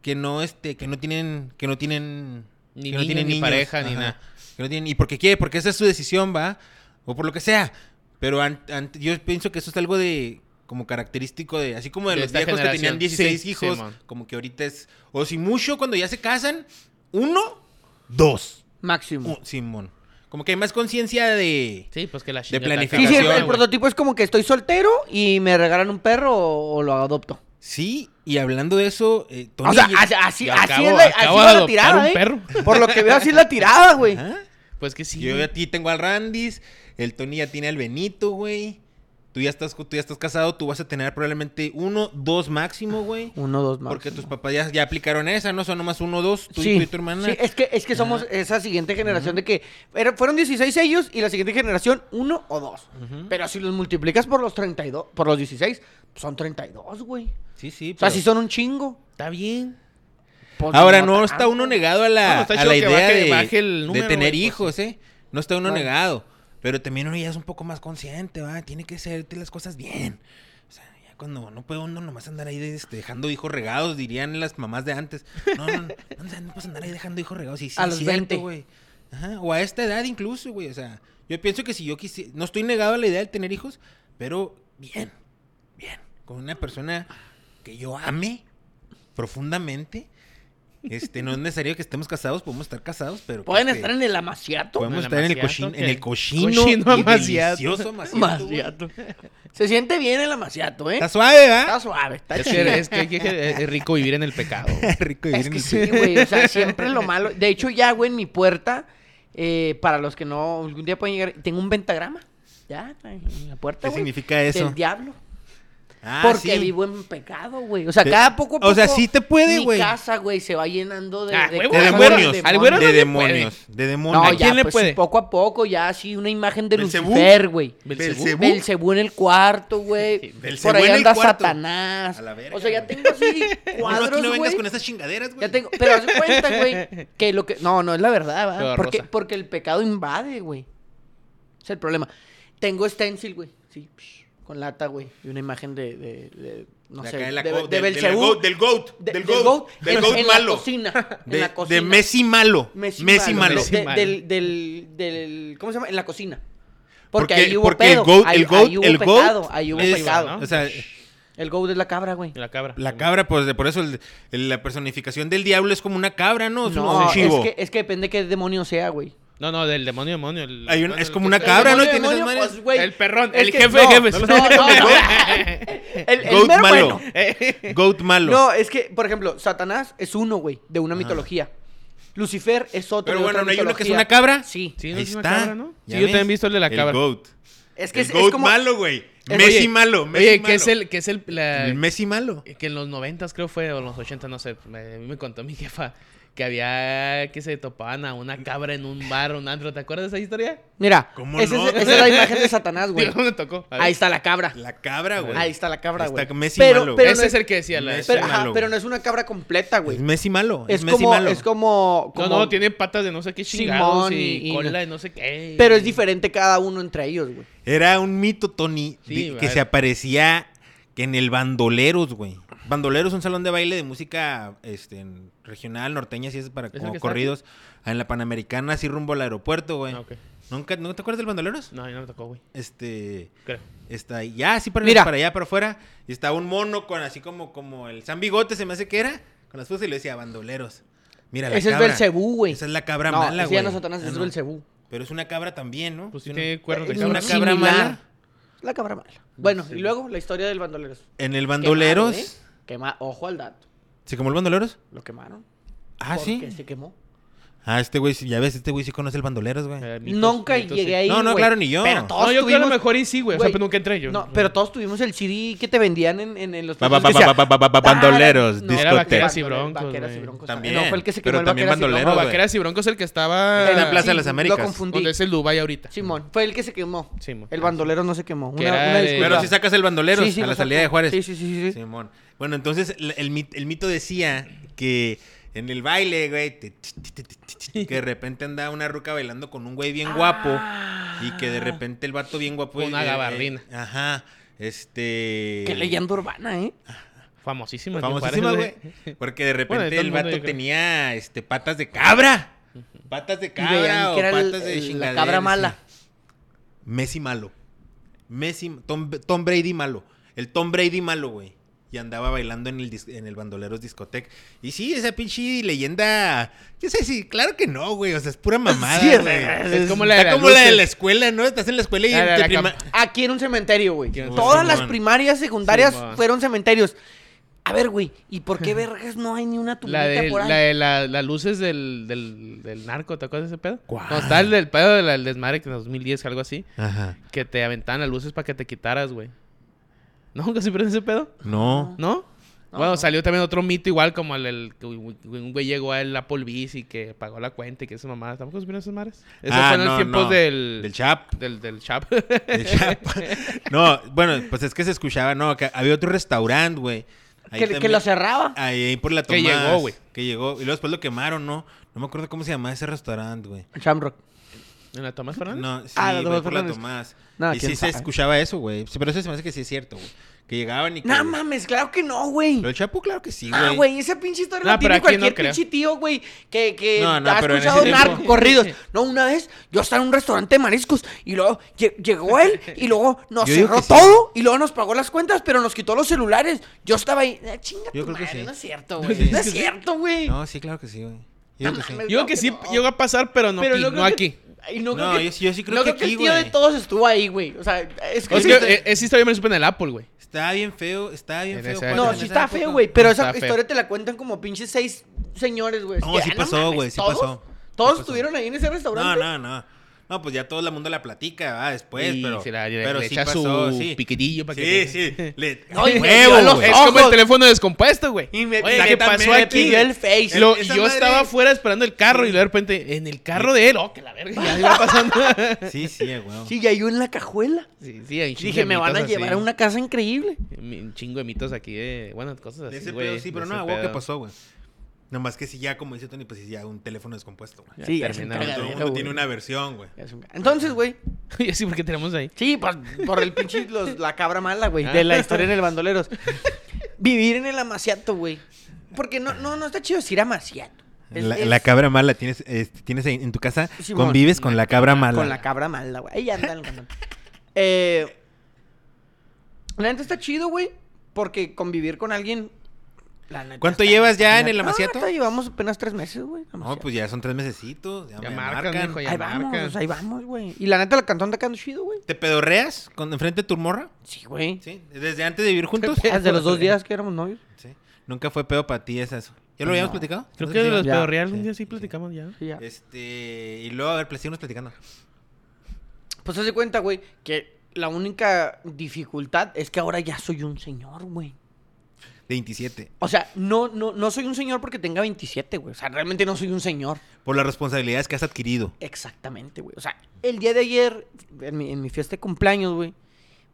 que no, este, que no tienen, que no tienen,
Ni
que no
niños, ni pareja, ni nada.
Que no tienen, y porque quiere, porque esa es su decisión, ¿va? O por lo que sea. Pero an- ante- yo pienso que eso es algo de, como característico de, así como de,
De
los
esta
viejos que tenían
generación.
16
Sí,
hijos,
Simón.
como que ahorita es, o si mucho, cuando ya se casan, uno, dos.
Máximo.
Oh, Simón. Como que hay más conciencia de.
Sí, pues que la
De
chingada está
Sí, sí, el,
Aplicación,
cabrón,
el
güey.
güey.
prototipo es como que estoy soltero y me regalan un perro o, o lo adopto.
Sí, y hablando de eso, eh, Tony.
O sea,
lleg-
así, así,
yo
así
acabo-
es la, así
acabo
va
de
la
adoptar
tirada,
un
¿eh?
perro.
Por lo que veo, así es la tirada, güey.
Ajá.
Pues que sí.
¿Ah? Yo
güey.
a ti tengo al Randis, el Tony ya tiene al Benito, güey. Tú ya estás, tú ya estás casado, tú vas a tener probablemente uno, dos máximo, güey.
Uno, dos más.
Porque tus papás ya, ya aplicaron esa, ¿no? Son nomás uno, dos, tú, y,
sí,
tú y tu hermana.
sí, es que, es que somos esa siguiente generación de que era- fueron 16 ellos y la siguiente generación uno o dos. Pero si los multiplicas por los 32, por los 16, son 32, güey.
sí, sí,
O sea,
pero-
si son un chingo.
Está bien.
Pues,
Ahora, no está
tanto.
uno negado a la,
Ah, No, está
a
chido
la
que
idea
baje-
de,
baje el
de
número,
tener
güey, pues.
hijos, ¿eh? No está uno
Vale.
negado. Pero también uno ya es un poco más consciente, ¿va? Tiene que hacerte las cosas bien. O sea, ya cuando no puede uno nomás andar ahí de- este, dejando hijos regados, dirían las mamás de antes. No, no, no, no, o sea, no puedes andar ahí dejando hijos regados. Sí, sí,
A
es
los
cierto,
20.
güey. Ajá, o a esta edad incluso, güey. O sea, yo pienso que si yo quisiera... No estoy negado a la idea de tener hijos, pero bien, bien. Con una persona que yo ame profundamente. Este, no es necesario que estemos casados, podemos estar casados, pero.
Pueden
este,
estar en el amaciato.
Podemos
el
estar en el,
amaciato,
cochin-
que-
en el cochino.
cochino
y
amaciato.
Delicioso amaciato, güey.
Amaciato. ¿eh? Se siente bien el amaciato, ¿eh?
Está suave,
Está
¿verdad?
suave, está
Es
chido.
que, es, que- es rico vivir en el pecado. güey.
rico y
Es
bien
que
el-
sí, güey. O sea, siempre lo malo. De hecho, ya, güey, en mi puerta, eh, para los que no algún día pueden llegar, tengo un pentagrama. Ya, en la puerta.
¿Qué
güey,
significa eso?
Del diablo.
Ah,
porque
sí.
vivo en pecado, güey. O sea,
Te-
cada poco a poco.
o sea, sí te puede,
Mi
güey.
casa, güey, se va llenando de,
Ah,
de
huevo,
De
cosas,
al güero-
demonios.
al güero
de
no le
demonios. De demonios.
No,
¿A
ya,
quién le
pues,
puede?
Poco a poco, ya, así, una imagen de
¿Belcebú?
Lucifer, güey.
Belcebú.
Belcebú.
Belcebú en el cuarto, güey.
Belcebú
Por ahí
en el
anda
cuarto.
Satanás.
A la verga,
o sea, ya
güey.
tengo así
No, no, aquí
cuadros,
no vengas
güey.
con esas chingaderas, güey.
Ya tengo, pero haz de cuenta, güey, que lo que no, no es la verdad, ¿va?
Toda
Porque
rosa.
porque el pecado invade, güey. Es el problema. Tengo stencil, güey. Sí, psh, con lata, güey, y una imagen de de, de- no
De
sé,
acá
de,
de la
de,
co- del- del
Belcebú,
goat, Del goat.
de-
Del
del
goat.
en-
Del goat
en la
malo.
cocina, en
De,
la
de
cocina.
Messi malo.
Messi,
Messi
malo.
malo.
Messi
De-
malo.
del, del, del- ¿cómo se llama? En la cocina. Porque,
Porque-
ahí hubo
porque el
pedo,
goat-
ahí,
el goat-
ahí hubo
el goat
pecado, ahí hubo
es-
pecado.
¿no?
O sea,
El goat es la cabra, güey.
La cabra.
la cabra, pues de- por eso el- el- la personificación del diablo es como una cabra, ¿no? Es un-
No,
un
es
chivo.
que, es que depende qué demonio sea, güey.
No, no, del demonio, demonio. el-
Hay un-
bueno,
es
el
como
que
una
está-
cabra, ¿no?
demonio,
Tiene esas
demonio,
madres.
pues, güey.
El perrón,
Es
el
que-
jefe de
no,
jefes.
No, no, no. El, el
Goat
mero
malo.
bueno.
Goat malo.
No, es que, por ejemplo, Satanás es uno, güey, de una mitología. Lucifer es otro.
Pero
de
bueno,
otra
¿no hay uno que es
mitología.
una cabra?
Sí.
Sí, no
Ahí
es una
está.
cabra, ¿no? Sí,
¿Ya
yo
ves?
también he visto el de la cabra.
El goat.
Es que
el
es,
goat
es como.
malo, güey.
es-
Messi
Oye,
malo. Messi
Oye,
malo.
que es el, que es el, la-
El Messi malo.
que en los 90 creo fue, o en los 80, no sé, me, me contó mi jefa que había que se topaban a una cabra en un bar, un antro, ¿te acuerdas de esa historia?
Mira,
¿Cómo
esa,
no?
es, esa es la imagen de Satanás, güey.
Digo, me tocó. A ver.
Ahí está la cabra.
La cabra, güey.
Ahí está la cabra,
Ahí
güey.
está Messi
pero,
malo.
Pero
Ese
no
es el que decía la...
Messi.
pero, ajá,
malo.
pero no es una cabra completa, güey.
Es Messi malo. Es,
Es,
Messi
como,
malo.
es
No,
como, como-
no, tiene patas de no sé qué chingados
Simón
y,
y- y-
cola de no sé qué.
Pero es diferente cada uno entre ellos, güey.
Era un mito, Tony,
Sí,
de-
va.
que se aparecía que en el Bandoleros, güey. Bandoleros, un salón de baile de música este, en- regional, norteña, así es para
el
como
que está
corridos. En la Panamericana, así rumbo al aeropuerto, güey.
Ah, ok.
¿Nunca, ¿No te acuerdas del Bandoleros?
No, a mí no me tocó, güey.
Este...
Creo.
Está ahí, ya, sí, para,
Mira.
para allá, para afuera. Y estaba un mono con así como, como el San Bigote, se me hace que era, con las cosas y le decía bandoleros. Mira, la
Ese es
cabra.
Belcebú, güey.
Esa es la cabra
no,
mala,
ese
güey.
ya no es Satanás,
Ah,
es
no.
Belcebú.
Pero es una cabra también, ¿no?
Pues sí
Sí,
tiene
¿no?
cuernos de
Es
una
cabra.
un
cabra
similar.
mala.
La cabra mala. Bueno,
Sí.
y luego la historia del bandoleros.
En el bandoleros.
Que Ojo al dato.
¿Se quemó el bandoleros?
Lo quemaron.
Ah,
Porque
sí.
se quemó.
Ah, este güey, sí, ya ves, este güey sí conoce el bandoleros, güey.
Eh, mitos,
Nunca
mitos,
llegué
sí.
ahí.
No, no,
güey.
claro, ni yo.
Pero todos
No, yo creo que a
tuvimos...
lo mejor y sí, güey. O sea,
Güey,
pero nunca entré yo.
No, pero todos tuvimos el CD que te vendían en, en, en los
Ba- ba-
puestos que
ba-
sea-
ba- ba- ba- ba-
Tara-
bandoleros,
no,
discoteca.
era
Vaqueras y broncos,
Vaqueras y
güey.
broncos.
También,
No, fue el que se quemó
pero
el
también
Vaqueras y
bandoleros.
No,
broncos.
güey.
Vaqueras y Broncos el que estaba...
En la Plaza de
Sí,
las Américas.
Lo confundí.
Donde es el Dubai ahorita.
Simón, fue el que se quemó.
Simón.
El bandolero no se quemó.
Que
Una,
era
una
de-
disculpa.
Pero si sacas el bandoleros
Sí, sí,
a la
lo
salida
saco.
de Juárez.
Sí, sí, sí, sí. sí.
Simón. Bueno, entonces la- el, mit- el mito decía que en el baile, güey, te- que de repente andaba una ruca bailando con un güey bien guapo y que de
Ah.
repente el vato bien guapo...
Con una
eh, eh,
gabardina.
Ajá, este...
Qué leyenda urbana, ¿eh?
Famosísima. en
Famosísima,
Juárez,
güey. Porque de repente
Bueno, de todo
el
el mundo, yo
vato
creo.
tenía este, patas de cabra. Patas de
Y veían
cabra o
que era el-
patas de
el- la
chingadera.
cabra
sí.
mala.
Messi malo. Messi, Tom, Tom Brady malo. El Tom Brady malo, güey. Y andaba bailando en el, dis- en el Bandoleros Discotec. Y sí, esa pinche leyenda. Yo sé, sí, claro que no, güey. O sea, es pura mamada.
Sí,
güey.
es-
Es como la de
Está
las
como la de la
luces.
escuela, ¿no? Estás en la escuela y
La de
te
la
prima-
cam-
Aquí en un cementerio, güey.
Aquí en un
Todas
cementerio.
las primarias, secundarias
Simón.
fueron cementerios. A ver, güey, ¿y por qué vergas no hay ni una
La
tumbita
de,
por ahí?
la de la- las luces del, del, del narco, ¿te acuerdas de ese pedo?
¿Cuál?
Cuando estaba el del pedo del desmadre que en 2010, algo así,
Ajá.
que te aventaban las luces para que te quitaras, güey. ¿No? ¿Nunca se vieron ese pedo?
No.
¿No?
No,
bueno,
no.
salió también otro mito igual como el, el que un un güey llegó al Applebee's y que pagó la cuenta y que esa mamada. ¿Tampoco supieron esas madres? Eso
Ah,
fue en los
no,
tiempos
no.
del...
Del chap.
Del, del chap.
El Chapa. No, bueno, pues es que se escuchaba, no, que había otro restaurante, güey. Ahí
que, que
también- Ah.
lo cerraba.
Ahí, ahí por la
Que
Tomás.
llegó, güey.
Que llegó. Y luego después lo quemaron, ¿no? No me acuerdo cómo se llamaba ese restaurante, güey.
Shamrock.
¿En la Tomás Fernández?
No, sí,
Ah, la
güey,
Tomás
por la
Fernández.
Tomás.
No,
y
quién
sí
sabe.
se escuchaba eso, güey. Sí, Pero eso se me hace que sí es cierto, güey. Que llegaban y que...
No mames, claro que no, güey.
Lo del Chapo, claro que sí,
Ah,
güey.
güey, esa pinche historia
No,
la
pero
tiene
aquí no
cualquier
creo.
pinche tío, güey, que, que
No, no,
ha
pero en
escuchado
ese tiempo-
narco corridos. No, una vez yo estaba en un restaurante de mariscos y luego lle- llegó él y luego nos
Yo digo
cerró
que sí.
todo y luego nos pagó las cuentas, pero nos quitó los celulares. Yo estaba ahí, eh, chinga
Yo
tu
creo que
madre,
sí.
no es cierto, güey.
Sí.
No es cierto, güey.
No, sí, claro que sí, güey. Yo creo que sí.
mames.
Yo creo que sí
No.
llegó a pasar, pero no
Pero
aquí.
no
No,
creo que-
aquí.
Ay, no,
No,
creo que-
yo sí- yo sí creo
no
que
el
aquí,
tío
güey.
de todos estuvo ahí, güey. O sea, es que...
Es que eh, esa historia me la supe en el Apple, güey.
Estaba bien feo, estaba bien
En
feo.
esa
Juan,
época.
No,
en
sí
esa
está
época.
feo, güey. Pero esa
Está feo.
historia te la cuentan como pinches seis señores, güey.
No,
Que,
sí
ah,
pasó,
mames,
güey, sí
¿todos?
pasó.
¿Todos
Sí pasó.
estuvieron ahí en ese
No,
restaurante?
no, no. No, pues ya todo el mundo la platica, ¿verdad? Después,
Y
Pues, pero...
se la- le-
pero
le
sí
echa
pasó,
su
sí.
piquitillo para que...
Sí, sí. Le...
No, y me
¡Huevo,
dio los
güey!
Es como el teléfono descompuesto, güey.
Y me-
Oye,
la
¿qué
que
pasó
también
aquí?
pidió el Face.
Lo- y
Esa
yo
madre-
estaba afuera esperando el carro y de repente en el carro de él, oh, que la verga, ya iba pasando.
Sí, sí, eh, güey.
Sí, y ahí yo en la cajuela.
sí, sí, hay un chingo
Dije,
de
me van a
mitos así.
llevar a una casa increíble.
Un chingo de mitos aquí de, bueno, cosas
De
así,
ese
güey.
pedo sí, pero
de
no,
ese
a huevo que
pedo.
pasó, güey. Nomás que si ya, como dice Tony, pues si ya un teléfono descompuesto, güey.
Sí, ya es un
terminaron.
Todo el
cagadero,
mundo
güey.
tiene una versión, güey.
Ya es un- Entonces, güey.
Y así porque tenemos ahí.
Sí, por, por el pinche los- la cabra mala, güey.
Ah.
De la historia en el bandoleros. Vivir en el amaciato, güey. Porque no, no, no está chido decir amaciato. Es-
La,
es-
la cabra mala, tienes, este, tienes ahí en tu casa,
Simón.
convives con la cabra mala.
Con la cabra mala, güey. Ahí anda el cabrón. Eh. La neta está chido, güey. Porque convivir con alguien. la neta
¿Cuánto
está-
llevas ya en
la-
el
No,
amaciato?
neta, llevamos apenas tres meses, güey.
No, pues ya son tres mesecitos, ya,
Ya
me
marcan,
marcan.
mijo, ya.
Ahí vamos,
marcan.
o sea, ahí vamos, güey. Y la neta, la cantón está quedando chido, güey.
¿Te pedorreas con, enfrente de tu morra?
Sí, güey.
Sí, desde antes de vivir juntos.
Te
Desde los dos
güey.
días que éramos novios.
Sí. Nunca fue pedo para ti, es eso. ¿Ya lo habíamos platicado?
Creo
No
que
sé
de
si-
los
ya,
pedorreal
sí,
un día sí
sí.
platicamos ya.
Sí, ya.
Este, y luego, a ver, platicamos platicando.
Pues se cuenta, güey, que la única dificultad es que ahora ya soy un señor, güey.
27.
O sea, no, no, no soy un señor porque tenga 27, güey. O sea, realmente no soy un señor.
Por las responsabilidades que has adquirido.
Exactamente, güey. O sea, el día de ayer, en mi, en mi fiesta de cumpleaños, güey,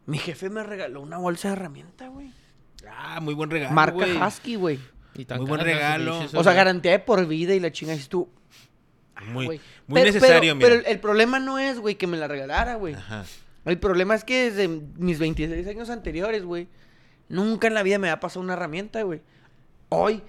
mi jefe me regaló una bolsa de herramienta, güey.
Ah, muy buen regalo,
Marca
güey.
Husky, güey.
Y tan
Muy buen
caras, ¿no?
regalo.
Pinches,
O sea, garantía de por vida y la chinga. Y tú,
Muy,
Ah, güey.
muy
Pero-
necesario,
pero,
mira.
Pero el, el problema no es, güey, que me la regalara, güey.
Ajá.
El problema es que desde mis 26 años anteriores, güey, nunca en la vida me ha pasado una herramienta, güey. Hoy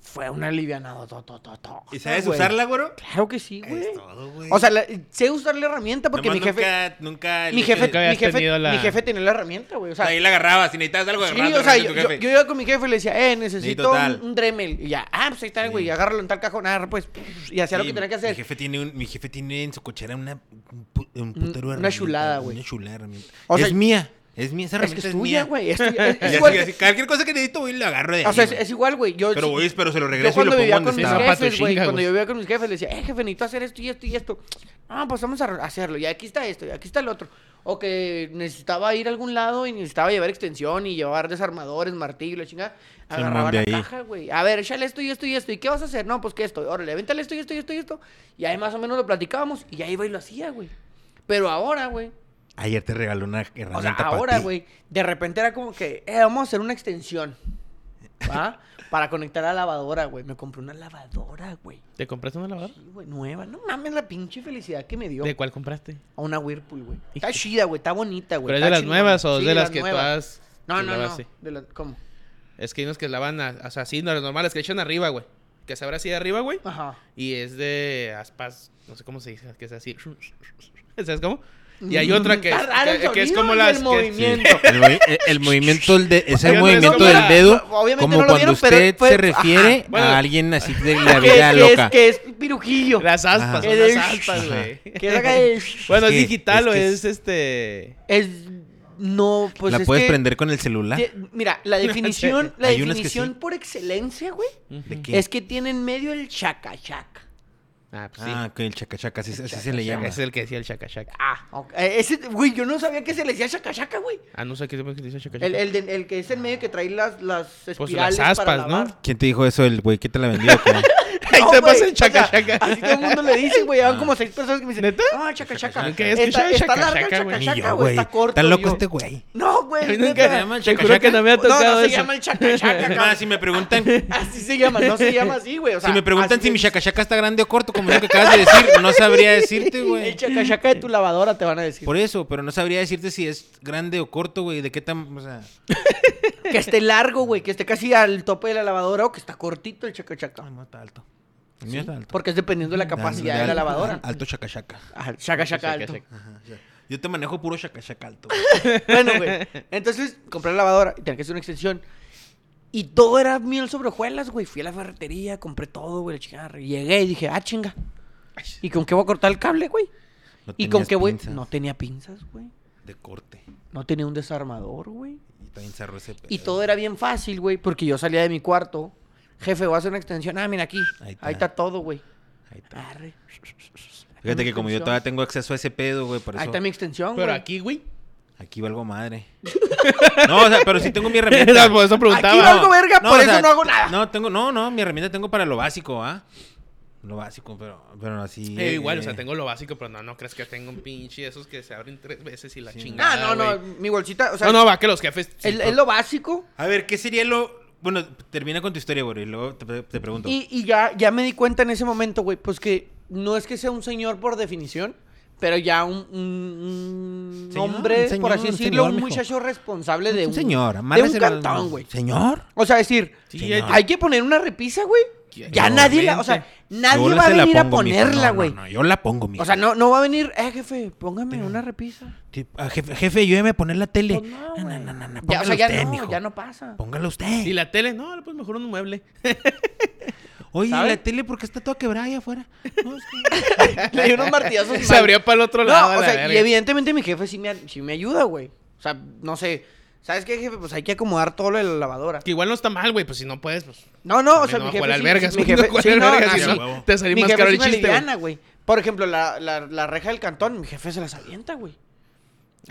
fue un alivianado. to, to, to, to,
¿Y sabes
güey.
usarla, güero?
Claro que sí, güey.
Es todo, güey.
O sea, la- sé usar la herramienta porque mi
Nomás
jefe.
Nunca, nunca
Mi jefe,
nunca habías
mi, jefe
tenido la-
mi jefe tenía la herramienta, güey. O sea,
ahí la agarrabas. Si necesitabas algo,
Sí,
agarrabas
o sea,
de
yo,
tu
yo-
jefe.
yo iba con mi jefe y le decía, eh, necesito
tal.
un, un Dremel. Y ya, ah, pues ahí está, güey,
Sí.
y agárralo en tal cajón, ah, pues, y hacía lo
Sí,
que tenía que
Mi
hacer.
jefe tiene, un- mi jefe tiene en su cochera una, un pu- un putero de
una
herramientas,
chulada, güey.
Una chulada herramienta.
O sea,
es mía. Es mía. Esa
Es que
herramienta
es
es,
tuya,
mía.
güey. Es, tuya, es- es
Y así-
igual.
así, cualquier cosa que necesito, voy y la agarro de ahí.
o sea, es,
güey.
es igual, güey. Yo,
pero
sí-
voy, pero se lo
yo
regreso y lo
cuando
pongo
vivía
donde
con mis
estaba.
estaba.
Zapato
jefes, güey,
chinga,
cuando
güey.
yo vivía con mis jefes, le decía, eh, jefe, necesito hacer esto y esto y esto. Ah, pues vamos a hacerlo. Y aquí está esto, y aquí está el otro. O que necesitaba ir a algún lado y necesitaba llevar extensión y llevar desarmadores, martillo, la chingada. Agarraba
Simón, de
la
ahí.
caja, güey. A ver, échale esto y esto y esto. ¿Y qué vas a hacer? No, pues que esto. Órale, avéntale esto y esto y esto y esto. Y ahí más o menos lo platicábamos y ya iba y lo hacía, güey. Pero ahora, güey,
Ayer te regaló una
o sea,
herramienta para
ahora,
ti.
güey, de repente era como que, eh, vamos a hacer una extensión. ¿Va? Para conectar a la lavadora, güey. Me compré una lavadora, güey.
¿Te compraste una lavadora?
Sí, güey, nueva. No mames la pinche felicidad que me dio.
¿De cuál compraste?
A una Whirlpool, güey. Está chida, güey. Está bonita, güey.
¿Pero es
está
de las
chingona.
nuevas o es
Sí,
de las que
nuevas.
todas...
No,
que
no, no.
lavas así?
De la- ¿Cómo?
Es que hay unos que lavan, a- o sea, sí, no, las normales que echan arriba, güey. Que se abre así de arriba, güey.
Ajá.
Y es de aspas, no sé cómo se dice, que es así. ¿Sabes cómo? Y hay otra que es,
Está raro el
que, que es
sonido
como
y
las
el
que-
Sí.
movimiento.
El, movi- el- el movimiento, del de- es el
Oigan,
movimiento
no,
del
mira,
dedo,
obviamente
como
no lo
cuando
vieron, pero
usted
fue-
se refiere
ajá, bueno.
a alguien así de la
Que
vida
es, que
loca.
es, que es pirujillo.
las aspas,
Ajá.
son
Es-
las aspas, güey.
Que es acá es...
Bueno,
Es
es,
que-
digital
es
o
que
es,
es-
este.
es- No, pues
la
es
puedes
que-
prender con el celular.
Tie- Mira, la definición, la
¿Ah? Hay unas que
definición
sí.
por excelencia, güey,
¿De qué?
es que tiene en medio el chaca chaca.
Ah, pues sí.
Ah, que el chacachaca, así, así se le
Ese
llama.
es el que decía el shaka shaka.
Ah, ok. Eh, Ese, güey, yo no sabía que se le decía chaca chaca, güey.
Ah, no sé qué se dice shaka shaka.
El, el, de- el que es en medio que trae las, las espirales
pues las
para
aspas,
lavar.
¿no?
¿Quién te dijo eso? ¿El güey que te la vendió? o cómo?
Ahí
No,
te
güey,
pasa el
o sea,
shaka shaka.
Así todo el mundo le dice, güey. Van
Ah.
como seis personas que me dicen,
¿Neta?
ah, chaca chaca.
Nunca he escuchado
Está, está
chaca,
larga el
chaca, güey.
chaca
Ni
Ni
chaca,
yo,
güey.
güey.
Está corto.
Está loco
yo.
este güey.
No,
A mí
güey.
nunca-
neta.
te
shaka
juro que
shaka.
no me ha
No, no
tocado
se
eso.
llama el chaca chaca.
Es más,
cabrón.
si me preguntan,
Así se llama, no se llama así, güey. O sea,
si me preguntan
así
si mi
es.
chacachaca está grande o corto, como lo que acabas de decir, no sabría decirte,
El
güey.
chacachaca de tu lavadora te van a decir.
Por eso, pero no sabría decirte si es grande o corto, güey. ¿De qué tan...? O sea,
Que esté largo, güey, que esté casi al tope de la lavadora o que está cortito el chacachaca.
el mío Ah, está alto. El mío está alto.
Porque es dependiendo de la capacidad de la
Al-
lavadora.
Alto chacachaca.
Ajá, chacachaca alto.
Ajá, ya. Yo te manejo puro chacachaca alto.
Bueno, güey. Entonces, compré la lavadora y tenía que hacer una extensión. Y todo era miel sobre hojuelas, güey. Fui a la ferretería, compré todo, güey, la chingada. Llegué y dije, ah, chinga. ¿Y con qué voy a cortar el cable, güey?
No
¿Y con
tenías
qué, güey?
pinzas
No tenía pinzas, güey.
De corte.
No tenía un desarmador, güey.
Y también cerró ese
Y
pedo.
todo era bien fácil, güey, porque yo salía de mi cuarto. Jefe, voy a hacer una extensión. Ah, mira aquí.
Ahí está.
Ahí está todo, güey.
Ahí está.
Arre.
Fíjate que como yo
Extensión.
todavía tengo acceso a ese pedo, güey, por
Ahí
eso
está mi extensión,
Pero
güey.
aquí, güey.
aquí valgo madre. No, o sea, pero sí tengo mi herramienta.
Por eso
Aquí
preguntaba.
va- valgo verga, por
o
eso no hago nada.
No, tengo, no, no, mi herramienta tengo para lo básico, ¿ah? Lo básico, pero, pero así.
Eh, igual, o
eh,
sea, tengo lo básico, pero no, no crees que tengo un pinche de esos que se abren tres veces y la
Sí.
Ah,
chingada.
no, no, mi bolsita, o sea,
no, no, va que los jefes. sí,
es, es lo básico.
A ver, ¿qué sería lo. Bueno, termina con tu historia, güey, y luego te, te pregunto.
Y, y ya, ya me di cuenta en ese momento, güey, pues que no es que sea un señor por definición, pero ya un, un- un
Señor,
hombre,
un señor,
por así
un
decirlo,
señor,
un
mijo.
muchacho responsable de un,
señor,
de un
amárrese la-
cantón, güey.
Señor.
O sea, decir,
Sí, hay-
Señor.
hay que poner una repisa, güey.
Sí,
Ya nadie la, o sea, nadie
Yo
va a
se la
venir a
pongo, mijo.
ponerla,
No,
güey.
No, no, yo la pongo, mijo.
O sea, no, no va a venir, eh, jefe, póngame una repisa.
Sí, ah, Jefe, jefe, ayúdeme a poner la tele.
Pues no, güey.
no, no, no,
Ya, o sea,
póngala
ya
usted,
no,
mijo.
ya no pasa.
Póngala usted.
Y la tele, no, pues mejor un mueble.
Oye, ¿y
¿Sabe?
la tele porque está toda quebrada ahí afuera. No, es que-
Le di unos martillazos.
se
mal.
abrió para el otro lado.
No,
a
o
la
sea,
verga.
y evidentemente mi jefe sí me, sí me ayuda, güey. O sea, no sé. ¿Sabes qué, jefe? Pues hay que acomodar todo lo de la lavadora.
Que igual no está mal, güey, pues si no puedes, pues.
No, no, o
también
sea,
no va a
mi jefe.
jugar
sí-
al vergas,
mi
güey,
jefe,
no juega
sí,
al
no,
vergas,
no,
si
sí.
no,
huevo.
te salí
Mi
más
jefe
caro
sí
el
me
chiste. güey.
aliviana, güey. Por ejemplo, la, la, la reja del cantón, mi jefe se las avienta, güey.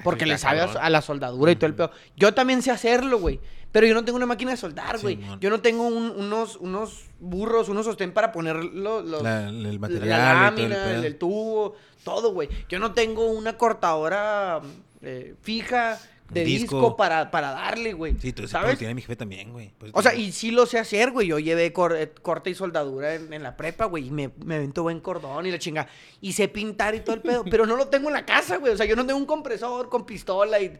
Porque
Ay,
le
está
sabe a,
cabrón.
a la soldadura y todo el pedo. Yo también sé hacerlo, güey. Pero yo no tengo una máquina de soldar, güey.
Simón.
yo no tengo un- unos, unos burros, unos sostén para poner lo- los,
La- el material.
la
y todo el
lámina,
pedo.
el, el tubo, todo, güey. Yo no tengo una cortadora eh, fija de
Un
disco,
disco.
para, para darle, güey.
Sí, todo ese pedo
¿Sabes?
tiene mi jefe también, güey. Pues,
O sea, y sí lo sé hacer, güey. Yo llevé cor- eh, corte y soldadura en, en la prepa, güey. Y me, me aventó buen cordón y la chinga. Y sé pintar y todo el pedo. pero no lo tengo en la casa, güey. O sea, yo no tengo un compresor con pistola y...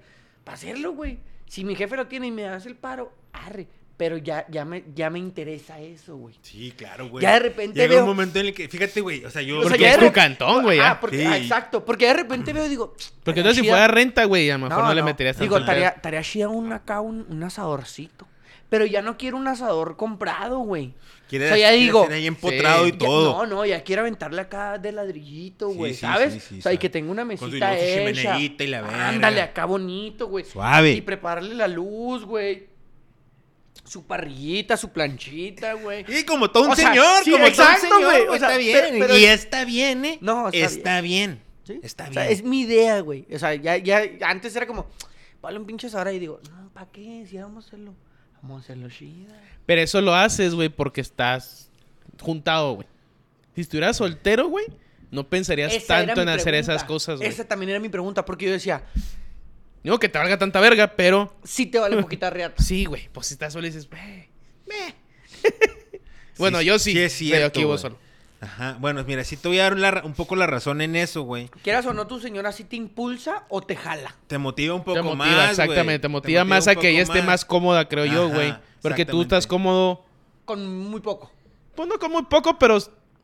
Para hacerlo, güey. Si mi jefe lo tiene y me hace el paro, arre. Pero ya, ya, me, ya me interesa eso, güey.
Sí, claro, güey.
Ya de repente
Llega
veo-
un momento en el que, fíjate, güey, o sea, yo...
O sea,
Porque
ya
es
de
tu
rep-
cantón, güey,
Ah,
ya.
porque,
Sí.
ah, exacto. Porque de repente veo y digo.
Porque
estaría
entonces si
chida.
fuera renta, güey, a lo mejor no, le meterías tanto
Digo,
el dedo.
tarea, tarea chida un acá, un, un asadorcito. Pero ya no quiero un asador comprado, güey.
Quiere,
o sea, ya
quiere
digo,
ser ahí empotrado
sí,
y
Ya-
todo.
no, no, ya quiero aventarle acá de ladrillito,
Sí,
güey,
sí,
¿sabes?
sí, sí,
o sea, y
sabe.
que tenga una
Con su-
mesita
con su
hecha.
chimeneíta y la verga.
Ándale, acá bonito, güey.
Suave.
Y prepararle la luz, güey. Su parrillita, su planchita, güey.
Y como todo un
O sea,
señor,
sí,
como
exacto,
todo un señor,
güey,
güey,
o sea,
está bien.
pero- pero-
y está bien, ¿eh?
No, está
bien.
¿Sí?
Está
O
bien.
sea, es mi idea, güey. O sea, ya, ya, antes era como, vale un pinche ahora y digo, no, ¿para qué? Si vamos a hacerlo, vamos a hacerlo chida.
Pero eso lo haces, güey, porque estás juntado, güey. Si estuvieras soltero, güey, no pensarías
Esa era
tanto en
mi
hacer
pregunta.
esas cosas, güey.
Esa también era mi pregunta, porque yo decía,
Digo que te valga tanta verga, pero
sí te vale poquita reata.
sí, güey. Pues si estás solo dices, "Meh, meh". bueno, yo sí.
es
pero
cierto,
aquí vivo
güey.
solo.
Ajá. Bueno, mira, sí te voy a dar la ra- un poco la razón en eso, güey.
Quieras o no, tu señora sí te impulsa o te jala.
Te motiva un poco
te motiva,
más, güey.
exactamente. Te motiva más
un
a que ella
poco
esté más cómoda, creo yo,
Ajá,
güey. Porque tú
exactamente.
estás cómodo.
Con muy poco.
Pues no con muy poco, pero,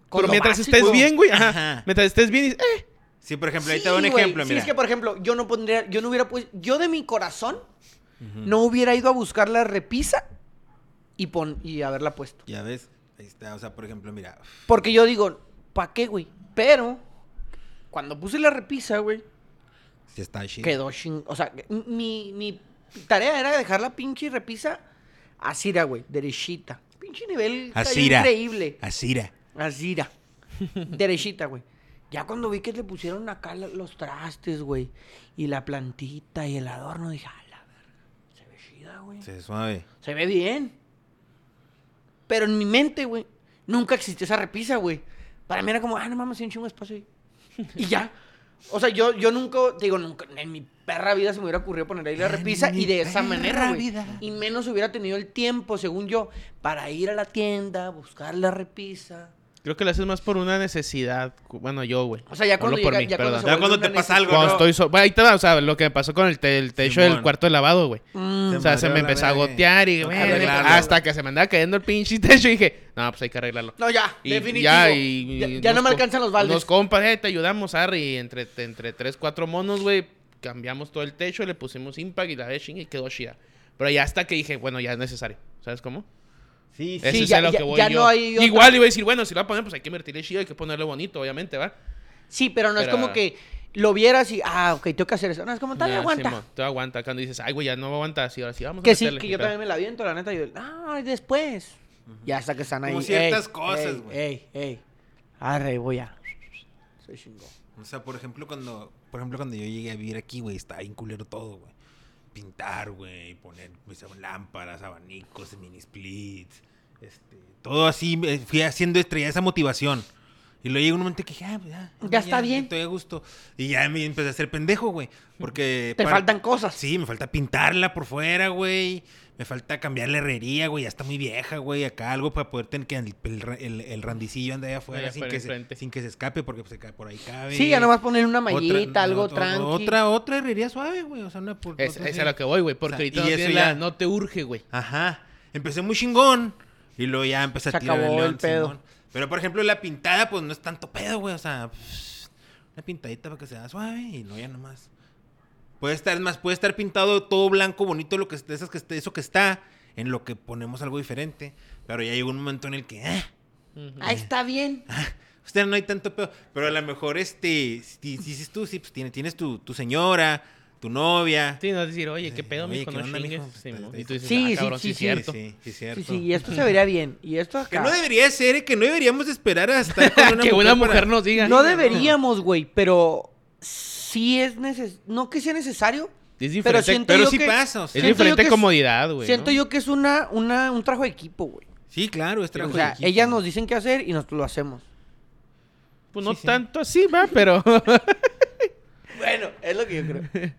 pero
lo
mientras
básico.
estés bien, güey. ajá,
Ajá.
Mientras estés bien, dices, eh,
Sí, por ejemplo,
Sí,
ahí te doy un
güey.
ejemplo,
Sí,
mira.
es que, por ejemplo, yo no pondría, yo no hubiera puesto, yo de mi corazón no hubiera ido a buscar la repisa y, pon, y haberla puesto.
Ya ves. Ahí está. O sea, por ejemplo, mira.
Porque yo digo, ¿pa' qué, güey? Pero, cuando puse la repisa, güey,
Sí está chido.
quedó ching... O sea, mi, mi tarea era dejar la pinche repisa asira, güey, derechita. Pinche nivel cayó
Asira.
increíble.
Asira.
Asira. Derechita, güey. Ya cuando vi que le pusieron acá la- los trastes, güey, y la plantita y el adorno, dije, a la verga, se ve chida, güey.
Se suave.
Se ve bien. Pero en mi mente, güey, nunca existió esa repisa, güey. Para mí era como, ah, no mames, hay un chingo de espacio ahí. Y ya. O sea, yo, yo nunca, te digo, nunca, en mi perra vida se me hubiera ocurrido poner ahí la repisa y de esa manera, güey. Y menos hubiera tenido el tiempo, según yo, para ir a la tienda, buscar la repisa.
creo que lo haces más por una necesidad. Bueno, yo, güey.
O sea, ya
Hablo
cuando
por
llega-
mí,
ya
perdón.
cuando se
Ya
vuelve
cuando
una
te pasa
necesidad.
algo,
Cuando
¿no?
estoy solo. Bueno, ahí te va, o sea, lo que me pasó con el, te- el techo del
Simón.
cuarto de lavado, güey.
Mm,
O sea, se me
madreó la
empezó a
verga.
gotear y,
Tengo que
güey,
arreglarlo.
hasta que se me andaba cayendo el pinche techo y dije, no, pues hay que arreglarlo.
No, ya,
Y
definitivo.
Ya, y-
ya,
y
ya no
unos
me
co-
alcanzan los baldes.
Unos compas, eh, te ayudamos, Harry. Entre, entre tres, cuatro monos, güey, cambiamos todo el techo, le pusimos impact y la de y quedó chida. Pero ya hasta que dije, bueno, ya es necesario. ¿Sabes cómo?
Sí,
Eso
Sí,
es
ya-
a lo
ya-
que voy
ya
yo.
no hay otra-
Igual iba a decir, bueno, si lo va a poner, pues hay que invertirle chido, hay que ponerle bonito, obviamente, ¿va?
Sí, pero no
Pero-
es como que lo vieras y, ah, ok, tengo que hacer eso. No, es como, tal,
Ah,
aguanta.
Simón, todavía aguanta. Cuando dices, ay, güey, ya no aguanta, así, ahora sí, vamos a
Que sí,
meterle",
que
y
yo
tal.
también me la viento, la neta. Yo, ah, después. Ya hasta que están ahí.
Como ciertas
ey,
cosas,
ey,
güey.
Ey, ey. Arre, voy a. Soy chingón.
O sea, por ejemplo, cuando, por ejemplo, cuando yo llegué a vivir aquí, güey, estaba bien culero todo, güey. Pintar, güey, poner pues, lámparas, abanicos, mini splits, este, todo así, eh, fui haciendo estrella esa motivación. Y luego llegó un momento que dije, ah, pues, ya,
Ya está bien.
Estoy a gusto. Y ya me empecé a hacer pendejo, güey. Porque.
Te
para-
faltan cosas.
Ah, Sí, me falta pintarla por fuera, güey. Me falta cambiar la herrería, güey. Ya está muy vieja, güey. Acá algo para poder tener que el, el, el- el randicillo anda allá afuera
Allá
sin,
afuera
que se,
enfrente.
sin que se escape porque pues, se cae por ahí cabe.
Sí, ya nomás poner una
Otra-
mallita, algo
otra-
tranqui.
Otra, otra herrería suave, güey. O sea, una por-
Es,
otra
es
así.
a lo que voy, güey, porque
O sea,
ahorita
y
no,
eso
tienes
ya-
la- no te urge, güey.
Ajá. Empecé muy chingón. Y luego ya empecé a
Se
tirar
acabó
el, león,
el pedo.
Simón. Pero por ejemplo, la pintada, pues no es tanto pedo, güey. O sea, pff, una pintadita para que sea suave y no ya nomás. Puede estar, es más, puede estar pintado todo blanco, bonito, lo que es- esas que est- eso que está, en lo que ponemos algo diferente. Pero ya llegó un momento en el que, ah,
Ah, está bien.
Usted no hay tanto pedo. Pero a lo mejor, este, si si dices tú, sí, pues tienes, tienes tu, tu señora, tu novia.
Sí, no decir, oye, qué pedo,
Oye,
mijo,
¿qué
no
onda, mijo?
chingues.
Pues,
Sí,
está-
mo-
está-
y tú dices,
Sí,
ah,
sí,
cabrón,
sí,
sí, es cierto.
Sí, sí, cierto.
Sí, sí, y esto se vería bien. Y esto
Que
acá.
no debería ser, ¿eh? que no deberíamos esperar hasta con una
que
mujer
una mujer
para-
nos diga.
No deberíamos, güey, pero sí es necesario. No que sea necesario.
Es diferente,
Pero siento
pero
yo
sí
que-
pasa, o sea.
es
siento yo
diferente
que
comodidad, güey.
Siento
¿no?
yo que es una, una, un trabajo de equipo, güey.
Sí, claro, es trabajo
o sea,
de equipo.
ellas nos dicen qué hacer y nosotros lo hacemos.
Pues no
Sí, sí.
tanto así, va, pero. o
Bueno, es lo que yo creo.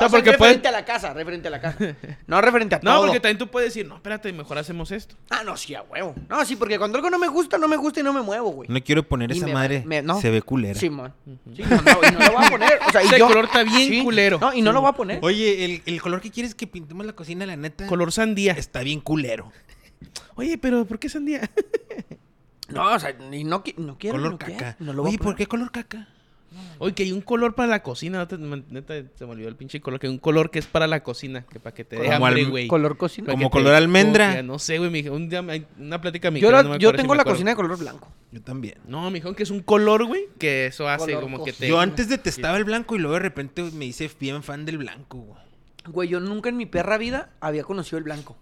O sea,
porque puede-
referente a la casa, referente a la casa. No referente a todo.
no, porque también tú puedes decir, no, espérate, mejor hacemos esto.
Ah, no, sí, a huevo. No, sí, porque cuando algo no me gusta, no me gusta y no me muevo, güey.
No quiero poner
Y
esa
me-
madre.
me- no.
Se ve culera.
Simón. Sí, no, no, y no lo voy a poner. O sea, y
Ese
yo-
color está bien
Sí,
culero.
No, y no lo voy a poner.
Oye, el, el color que quieres que pintemos la cocina, la neta,
Color sandía.
está bien culero.
Oye, pero ¿por qué sandía?
No, o sea, y no, qui- no quiero.
color
no quiero,
caca.
no lo voy a
Oye, ¿por
poner.
qué color caca?
Oye, que hay un color para la cocina. Neta, me- neta, se me olvidó el pinche color. Que hay un color que es para la cocina. Que para que te dé
Como
hambre,
al-
güey.
¿Color cocina?
Para que
como
te
color
dé
almendra.
copia. No sé, güey. me dijo- Un día, me- una plática me
Yo,
dijeron,
la-
no me
yo
acuerdo si
tengo
me
la
acuerdo.
cocina de color blanco.
Yo también.
No, me dijeron que es un color, güey. Que eso hace
Color
como que
cos-
te...
Yo antes detestaba el blanco y luego de repente me hice bien fan del blanco, güey.
Güey, yo nunca en mi perra vida había conocido el blanco.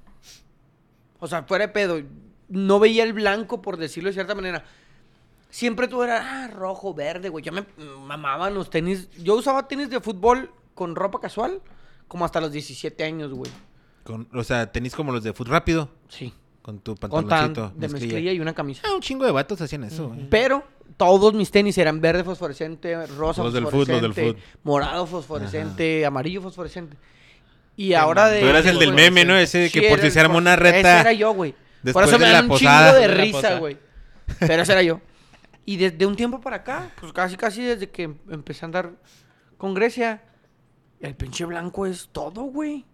O sea, fuera de pedo. No veía el blanco, por decirlo de cierta manera. Siempre todo era ah, rojo, verde, güey. Yo me mamaban los tenis. Yo usaba tenis de fútbol con ropa casual como hasta los 17 años, güey.
Con- o sea, tenis como los de Foot Rápido,
Sí.
con tu
Con tan
pantaloncito.
de mezclilla y una camisa.
Ah, un chingo de vatos hacían eso, güey.
Pero todos mis tenis eran verde fosforescente, rosa
Los del fut, los del
fosforescente,
fut.
morado fosforescente, amarillo fosforescente. Y ahora de...
Tú eras el del meme, ¿no? Ese que
Sí, era
por si
el
se arma
fosfor-
una
Ese era
reta.
yo, güey. Por
después
eso
de
me
la
dan un
posada.
chingo de
De la
risa,
posada.
güey. Pero ese era yo. Y desde un tiempo para acá, pues casi casi desde que em- empecé a andar con Grecia, el pinche blanco es todo, güey.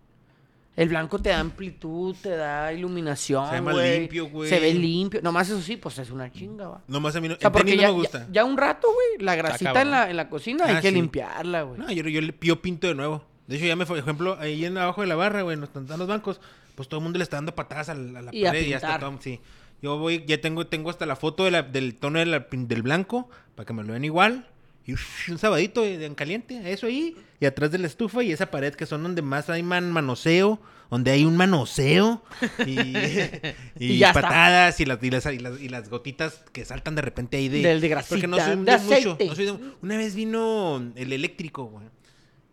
El blanco te da amplitud, te da iluminación,
Se ve más
güey.
limpio, güey.
Se ve limpio. Nomás eso sí, pues es una chinga, va.
Nomás a mí no,
O sea,
el tenis
porque
no
ya,
me gusta.
ya- ya un rato, güey, la grasita
cabrón.
en la, en la cocina
Ah,
hay que
sí.
limpiarla, güey.
No, yo, yo, le- yo pinto de nuevo. De hecho, ya me, por ejemplo, ahí en abajo de la barra, güey, en los, en los bancos, pues todo el mundo le está dando patadas a la, a la
Y a
pared y ya está
pintar.
todo, sí. Yo voy, ya tengo, tengo hasta la foto de la- del tono de la pin- del blanco para que me lo vean igual. Y uff, un sabadito de- en caliente, eso ahí, y atrás de la estufa y esa pared que son donde más hay man- manoseo, donde hay un manoseo y, y
Y ya está.
patadas y las, y, las, y, las, y las gotitas que saltan de repente ahí de,
Del de
porque no
grasita, de
soy de mucho.
aceite.
no soy de- una vez vino el eléctrico, güey.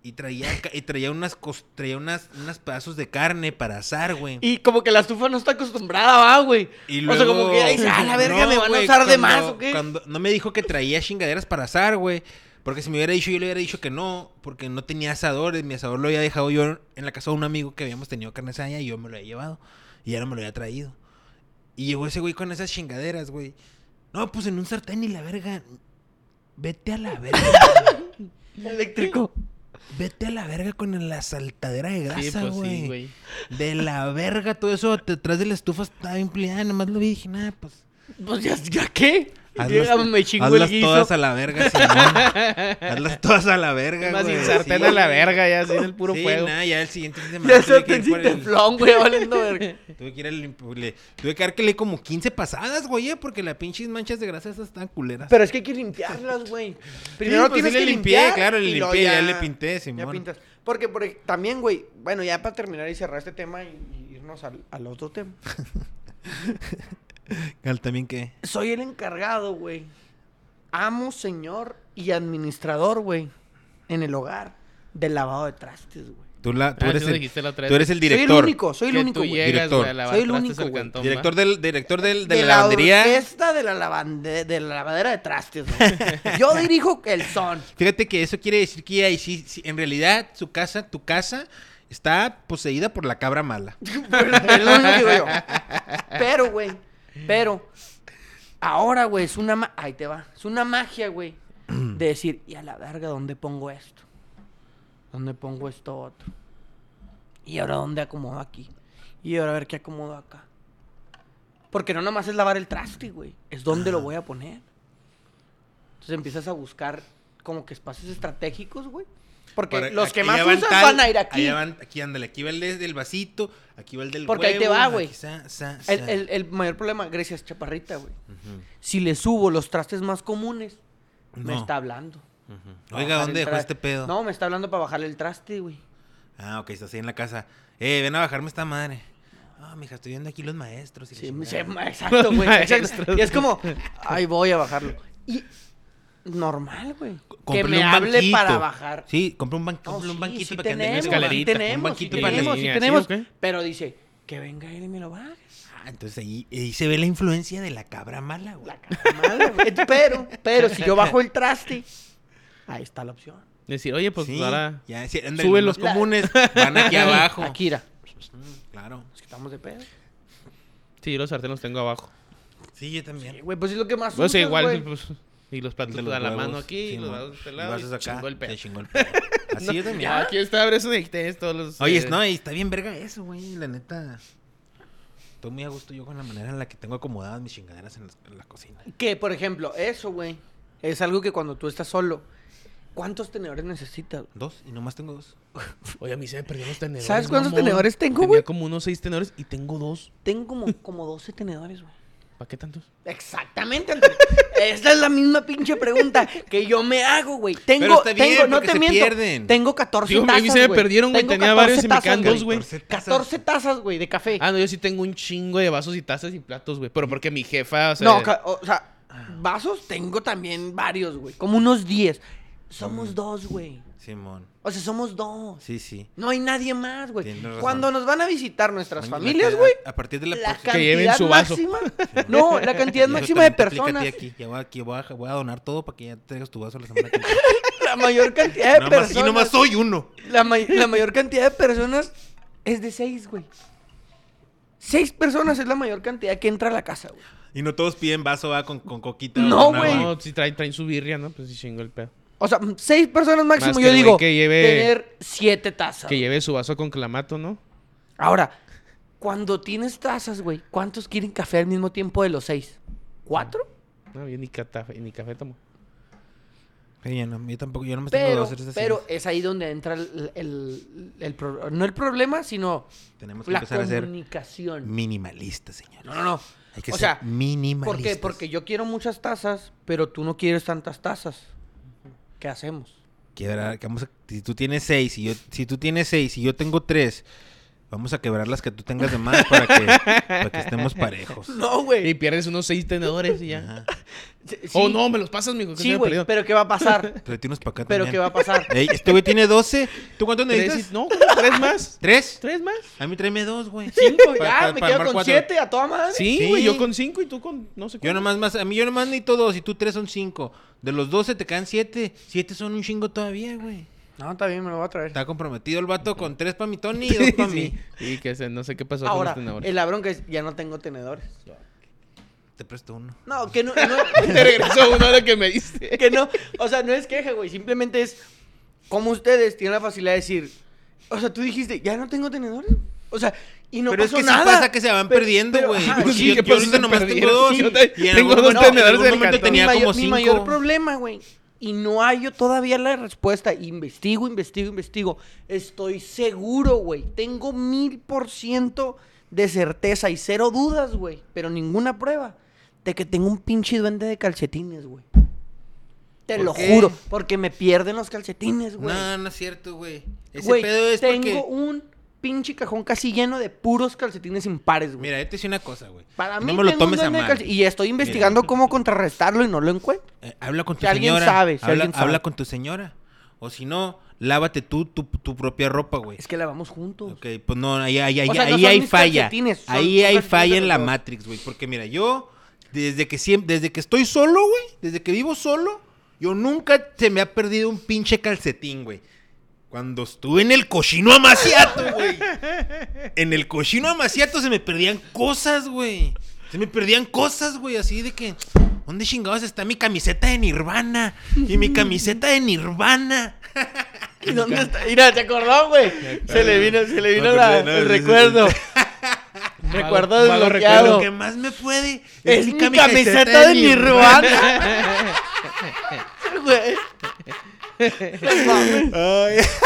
Y traía, ca- y traía unas cos- traía unas, unas pedazos de carne para asar, güey.
Y como que la estufa no está acostumbrada, va, güey.
Y
O sea, como que ahí dice, ah, la verga, me van a usar de más, ¿o qué?
Cuando, no me dijo que traía chingaderas para asar, güey. Porque si me hubiera dicho, yo le hubiera dicho que no, porque no tenía asadores. Mi asador lo había dejado yo en la casa de un amigo que habíamos tenido carne asada y yo me lo había llevado. Y ya no me lo había traído. Y llegó ese güey con esas chingaderas, güey. No, pues en un sartén y la verga. Vete a la verga.
Eléctrico.
Vete a la verga con la saltadera de
Sí,
grasa,
pues
güey.
sí, güey.
de la verga, todo eso detrás de la estufa estaba empleada. Nomás lo vi y dije, nada, pues.
Pues ya, ¿ya qué?
hazlas-
Llega, me chingo el
hazlas
guiso.
todas a la verga, Simón. hazlas todas a la verga,
Más
güey.
sin sartén a la verga, ya, así en el puro
sí,
fuego.
nada, ya el siguiente fin de semana
Ya se
tuve que
te
ir por
hiciste
el-
flon, güey, valiendo verga.
Tuve que ir al limpo- le- Tuve que dar que le como 15 pasadas, güey, eh, porque las pinches manchas de grasa esas están culeras.
Pero es que hay que limpiarlas, güey. Primero
pues,
tienes
sí le
que
limpié,
limpiar
claro, le
y luego
limpié, ya le pinté, Simón.
Ya pintas. Porque por ej- también, güey, bueno, ya para terminar y cerrar este tema y, y irnos al, al otro tema.
Cal, ¿También qué?
Soy el encargado, güey. Amo, señor y administrador, güey, en el hogar del lavado de trastes, güey.
Tú, la, tú,
Ah,
eres
sí lo
el,
dijiste la otra
tú
vez.
eres el
Soy
director.
el único, soy el
Que
único,
tú
güey.
llegas,
Director.
güey, a lavar
Soy el
trastes
único,
al
güey.
cantón,
Director
¿va?
del, director del, de,
de
la
la
lavandería.
orquesta de la, lavande- de la lavadera de trastes, güey. Yo dirijo el son.
Fíjate que eso quiere decir que ahí sí, sí, en realidad su casa, tu casa, está poseída por la cabra mala.
Es lo mismo que digo yo. Pero, güey. Pero. Ahora, güey, es una. ma- Ahí te va. Es una magia, güey. De decir, y a la verga, ¿dónde pongo esto? ¿Dónde pongo esto otro? Y ahora, ¿dónde acomodo aquí? Y ahora, a ver qué acomodo acá. Porque no nomás es lavar el traste, güey. Es dónde lo voy a poner. Entonces empiezas a buscar como que espacios estratégicos, güey. Porque
Para-
los que
aquí
más
ya van
usan
tal,
van a ir aquí.
allá van- aquí ándale, aquí va el de- del vasito, aquí va el del
Porque ahí te
huevo,
va,
aquí
güey.
sa, sa, sa.
El, el- el mayor problema, Grecia es chaparrita, güey. Si le subo los trastes más comunes, me
No.
está hablando.
Oiga,
Bajar
¿dónde
el
dejó
tra-
este pedo?
No, me está hablando para bajarle el traste, güey.
Ah, ok, está así en la casa. Eh, ven a bajarme esta madre. Ah, mija, estoy viendo aquí los maestros. y la
Sí, me-
chingada.
sí, ma- exacto, güey.
Maestros.
exacto. Y es como, ahí voy a bajarlo. Y normal, güey.
C-
Que
cómprale
me
un
hable
banquito.
para bajar.
Sí, compré un, ban-
No,
cómprale un
sí,
banquito
sí
para que ande en
tenemos,
la
sí
escalerita,
tenemos,
un banquito
sí
para que
tenemos, sí
niña, ¿sí
tenemos.
o qué?
Pero dice, que venga él y me lo baje.
Ah, entonces ahí, ahí se ve la influencia de la cabra mala, güey.
Madre, güey. Pero, pero si yo bajo el traste, ahí está la opción.
Decir, oye, pues
Sí,
ahora...
ya, sí, ándale,
sube
los
los
más comunes van aquí abajo.
Akira.
Mm, Claro.
Nos quitamos de pedo.
Sí, yo los sartenes los tengo abajo.
Sí, yo
Eh,
también.
Güey, pues es lo que más
Pues
usas,
igual,
güey.
pues, y los platos
De
a
los
la
huevos,
mano aquí,
sí,
los
mo.
vasos de este
Y
lado,
vas a
y
sacar,
chingó el
se
pedo.
chingó el pedo. Así yo también.
Ya, aquí está, abres un todos los...
Oye,
eh,
no, y está bien verga eso, güey, la neta. Estoy muy a gusto yo con la manera en la que tengo acomodadas mis chingaderas en, las- en la cocina.
pues.
Que, por ejemplo, eso, güey, es algo que cuando tú estás solo, ¿cuántos tenedores necesitas?
Dos, y nomás tengo dos.
Oye, a mí se me perdieron los tenedores.
¿Sabes cuántos
mamón.
tenedores tengo,
Tenía
güey?
como unos seis tenedores y tengo dos.
Tengo como, como 12 tenedores, güey.
¿Para qué tantos?
Exactamente, Antonio. Esa es la misma pinche pregunta que yo me hago, güey. Tengo,
está bien,
tengo, no
porque
te
se
miento.
pierden.
Tengo 14
Digo, a mí
tazas.
se me
güey.
perdieron, güey.
Tengo
Tenía varios y me
14 tazas,
quedan dos, güey.
14 tazas.
14 tazas, güey, de café.
Ah, no, yo sí tengo un chingo de vasos y tazas y platos, güey. Pero porque mi jefa, o sea...
no, ca- o sea, vasos tengo también varios, güey. Como unos 10.
Mm.
Somos dos, güey.
Simón.
O sea, somos dos.
Sí, sí.
No hay nadie más, güey.
Tienes razón.
Cuando nos van a visitar nuestras
Bueno,
familias,
la-
güey.
A, a partir de la,
La
próxima-
Que
cantidad
lleven su vaso.
máxima. No, la cantidad
Y eso
máxima de
también aplícate
personas.
Aquí. Ya voy, aquí voy, a, voy a donar todo para que ya traigas tu vaso la semana que viene.
La mayor cantidad de
Nada más-
personas.
y nomás soy uno.
La, may- la mayor cantidad de personas es de seis, güey. Seis personas es la mayor cantidad que entra a la casa, güey.
Y no todos piden vaso ¿va? Con, con coquita. o
No,
con agua.
güey.
No, si traen, traen su birria, ¿no? Pues sí chingo el pedo.
O sea, mm, seis personas máximo,
Más que
yo
el güey
digo,
que lleve-
tener siete tazas.
Que lleve su vaso con clamato, ¿no?
Ahora, cuando tienes tazas, güey, ¿cuántos quieren café al mismo tiempo de los seis? ¿Cuatro?
No, yo ni, cata- ni café tomo.
Sí, yo, no- yo tampoco, yo no me tengo
Pero,
dos. eres así.
pero es ahí donde entra el, el- el pro- no el problema, sino
Tenemos que
la
empezar a ser
comunicación.
minimalistas, señores.
No, no, no.
Hay que
o
ser
sea,
minimalistas.
¿Por qué? Porque yo quiero muchas tazas, pero tú no quieres tantas tazas. ¿Qué hacemos?
Quebrar, que vamos a- si tú tienes seis y yo, si tú tienes seis y yo tengo tres, vamos a quebrar las que tú tengas de más para que, para que estemos parejos.
No,
Y pierdes unos seis tenedores y ya.
Ajá.
Oh, no, me los pasas, mijo. que se
Ah. Sí,
me
güey,
perdió.
pero ¿qué va a pasar?
Pero tienes para acá
¿Pero
también.
qué va a pasar?
Ey, este güey tiene 12. ¿Tú cuántos
Tres,
necesitas?
y- no, ¿cómo? tres más.
¿Tres?
Tres más.
A mí tráeme dos, güey.
Cinco,
Pa-
ya,
pa-
me
pa
quedo
armar
con
cuatro.
siete a toda madre.
Sí,
Sí.
güey, yo con cinco y tú con no sé
Yo
cuánto.
nomás más, a mí yo nomás necesito dos y tú tres son cinco. De los 12 te quedan siete. Siete son un chingo todavía, güey.
No, está bien, me lo voy a traer.
Está comprometido el vato con tres para mi Tony y dos para
Sí,
mí.
sí, que se- no sé qué pasó
Ahora,
con los tenedores.
el labrón que es, ya no tengo tenedores.
Te presto uno.
No, que no, no,
Te regresó uno de lo que me diste.
que no, o sea, no es queja, güey, simplemente es como ustedes tienen la facilidad de decir, o sea, tú dijiste, ya no tengo tenedores, o sea, y no
pero es
pasó
que sí
nada.
pasa que se van
Pero-
perdiendo,
pero,
güey.
ajá,
Pues
Yo-
sí,
yo,
¿qué pasó?
ahorita
Se
nomás tengo
perdieron.
dos.
Sí,
y en
tengo
algún
dos
momento-
tenedores
en algún
del
momento
cantón.
tenía
mi, mayor,
como
mi
cinco.
mayor problema, güey. Y no hallo todavía la respuesta. Investigo, investigo, investigo. Estoy seguro, güey. Tengo mil por ciento de certeza y cero dudas, güey. Pero ninguna prueba de que tengo un pinche duende de calcetines, güey. Te
¿Por
lo
qué?
juro. Porque me pierden los calcetines, güey.
No, no es cierto, güey. Ese
Güey,
pedo es
tengo
porque...
un pinche cajón casi lleno de puros calcetines impares, güey.
Mira, yo te decía una cosa, güey.
Para mí
no me lo
tengo un
tomes a
duende de
mal.
calce- Y estoy investigando cómo contrarrestarlo y no lo encuentro.
Eh, habla con tu
Si alguien
señora.
sabe, si
habla,
alguien sabe.
habla con tu señora. O si no, lávate tú tu, tu propia ropa, güey.
Es que la vamos juntos.
Ok, pues no, ahí, ahí, ahí,
O sea, no
ahí
son
hay
mis
falla.
calcetines, son
Ahí hay
calcetines
falla
de
en la
los dos.
Matrix, güey. Porque mira, yo, desde que siempre, desde que estoy solo, güey, desde que vivo solo, yo nunca se me ha perdido un pinche calcetín, güey. Cuando estuve en el cochino amaciato, güey. En el cochino amaciato se me perdían cosas, güey. Se me perdían cosas, güey. Así de que, ¿dónde chingados está mi camiseta de Nirvana? Y mi camiseta de Nirvana.
¿Y dónde está? Mira, se acordó, güey. Se le vino, se le vino
No,
la-
no,
el
sí, sí,
recuerdo.
sí.
Recuerdo
Vago- vago
Lo
desbloqueado.
que más me puede
Es mi camiseta de Nirvana. Güey. No mames.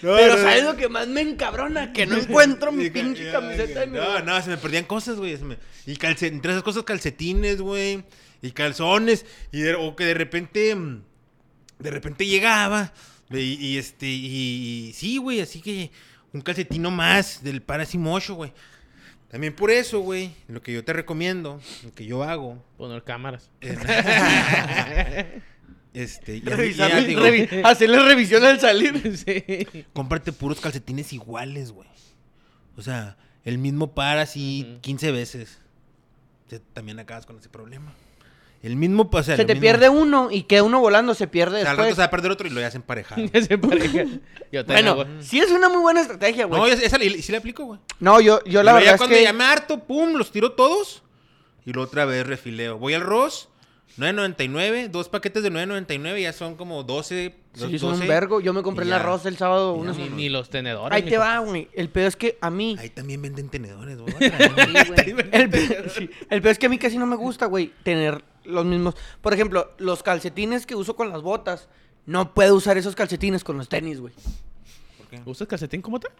Pero ¿sabes lo que más me encabrona? Que no encuentro mi pinche camiseta de
No,
Nirvana.
no, se me perdían cosas, güey. se me- Y calce- entre esas cosas, calcetines, güey. Y calzones. Y de- o que de repente. mm, De repente llegaba. Y, y este. Y, y sí, güey. Así que un calcetino más del Parasimocho, güey. También por eso, güey. Lo que yo te recomiendo, lo que yo hago.
Poner cámaras.
es- este. y a mí- y ya
Revisar-
digo-
revi- Hacerle revisión al salir.
sí.
cómprate puros calcetines iguales, güey. O sea, el mismo par así
Ujú.
15 veces. Ya también acabas con ese problema. El mismo, o sea,
Se
lo
te
mismo.
pierde uno y queda uno volando, se pierde
O sea, al rato
después.
se va a perder otro y lo hacen pareja.
Ya se pareja. Yo tengo,
Bueno,
güey.
sí es una muy buena estrategia, güey.
no, esa, esa le- sí la aplico, güey.
No, yo, yo la
Pero ya
verdad es
cuando
que...
ya me harto, pum, los tiro todos. Y luego otra vez refileo. Voy al Ross, 9.99, dos paquetes de 9.99 ya son como 12. los
Sí, son un
12.
vergo. Yo me compré
y
el
ya.
arroz el sábado.
Y ya,
unos-
Ni, ni los tenedores.
Ahí te
mijo.
va, güey. El peor es que a mí.
Ahí también venden tenedores, güey.
Sí, güey. el, pe- sí. El peor es que a mí casi no me gusta, güey, tener los mismos. Por ejemplo, los calcetines que uso con las botas. No puedo usar esos calcetines con los tenis, güey.
¿Por qué?
¿Usas calcetín como tal?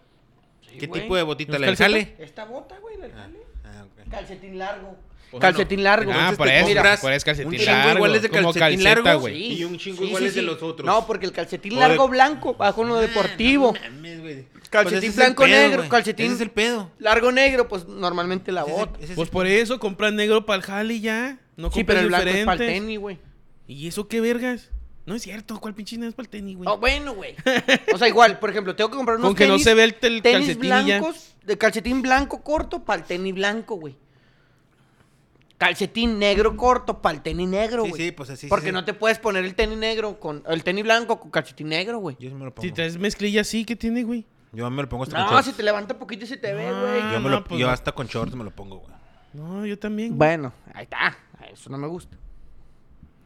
¿Qué
güey.
tipo de botita
¿Los
le sale?
Esta bota, güey, la jale.
Ah, ok.
Calcetín largo.
Pues
calcetín largo.
Ah,
Entonces
por
te
eso,
compras
por eso es calcetín
un chingo
largo,
iguales de
como
calcetín
calceta,
largo
güey.
y un chingo iguales de los otros.
No, porque el calcetín
O de-
largo blanco va con lo deportivo.
Ah, no mames, güey.
Calcetín
ese es el
blanco
pedo,
negro,
güey.
calcetín-
Ese es el pedo.
Largo negro, pues normalmente la
Ese es el-
bota.
ese es
Pues
el-
por eso compras negro para el jale y ya. No
Sí, pero
compras
el blanco es
diferentes.
para el tenis, güey.
¿Y eso qué vergas? No es cierto, ¿cuál pinche negro es para el tenis, güey?
Oh, bueno, güey. O sea, igual, por ejemplo, tengo que comprar unos
Con que no
tenis-
se ve el, tel-
tenis
calcetín y ya.
blancos, de calcetín blanco corto para el tenis blanco, güey. Calcetín negro corto para el tenis negro,
Sí,
güey.
sí, pues así.
Porque
sí,
no
sí.
te puedes poner el tenis negro con el tenis blanco con calcetín negro, güey.
Yo sí me lo pongo.
Si traes mezclilla así, ¿qué tiene, güey?
Yo me lo pongo hasta con
No,
shorts.
si te levanta poquito y se te ve,
Ah.
güey.
Yo,
no,
me lo-
pues
yo
no.
hasta con shorts me lo pongo, güey.
No, yo también. güey.
Bueno, ahí está. Eso no me gusta.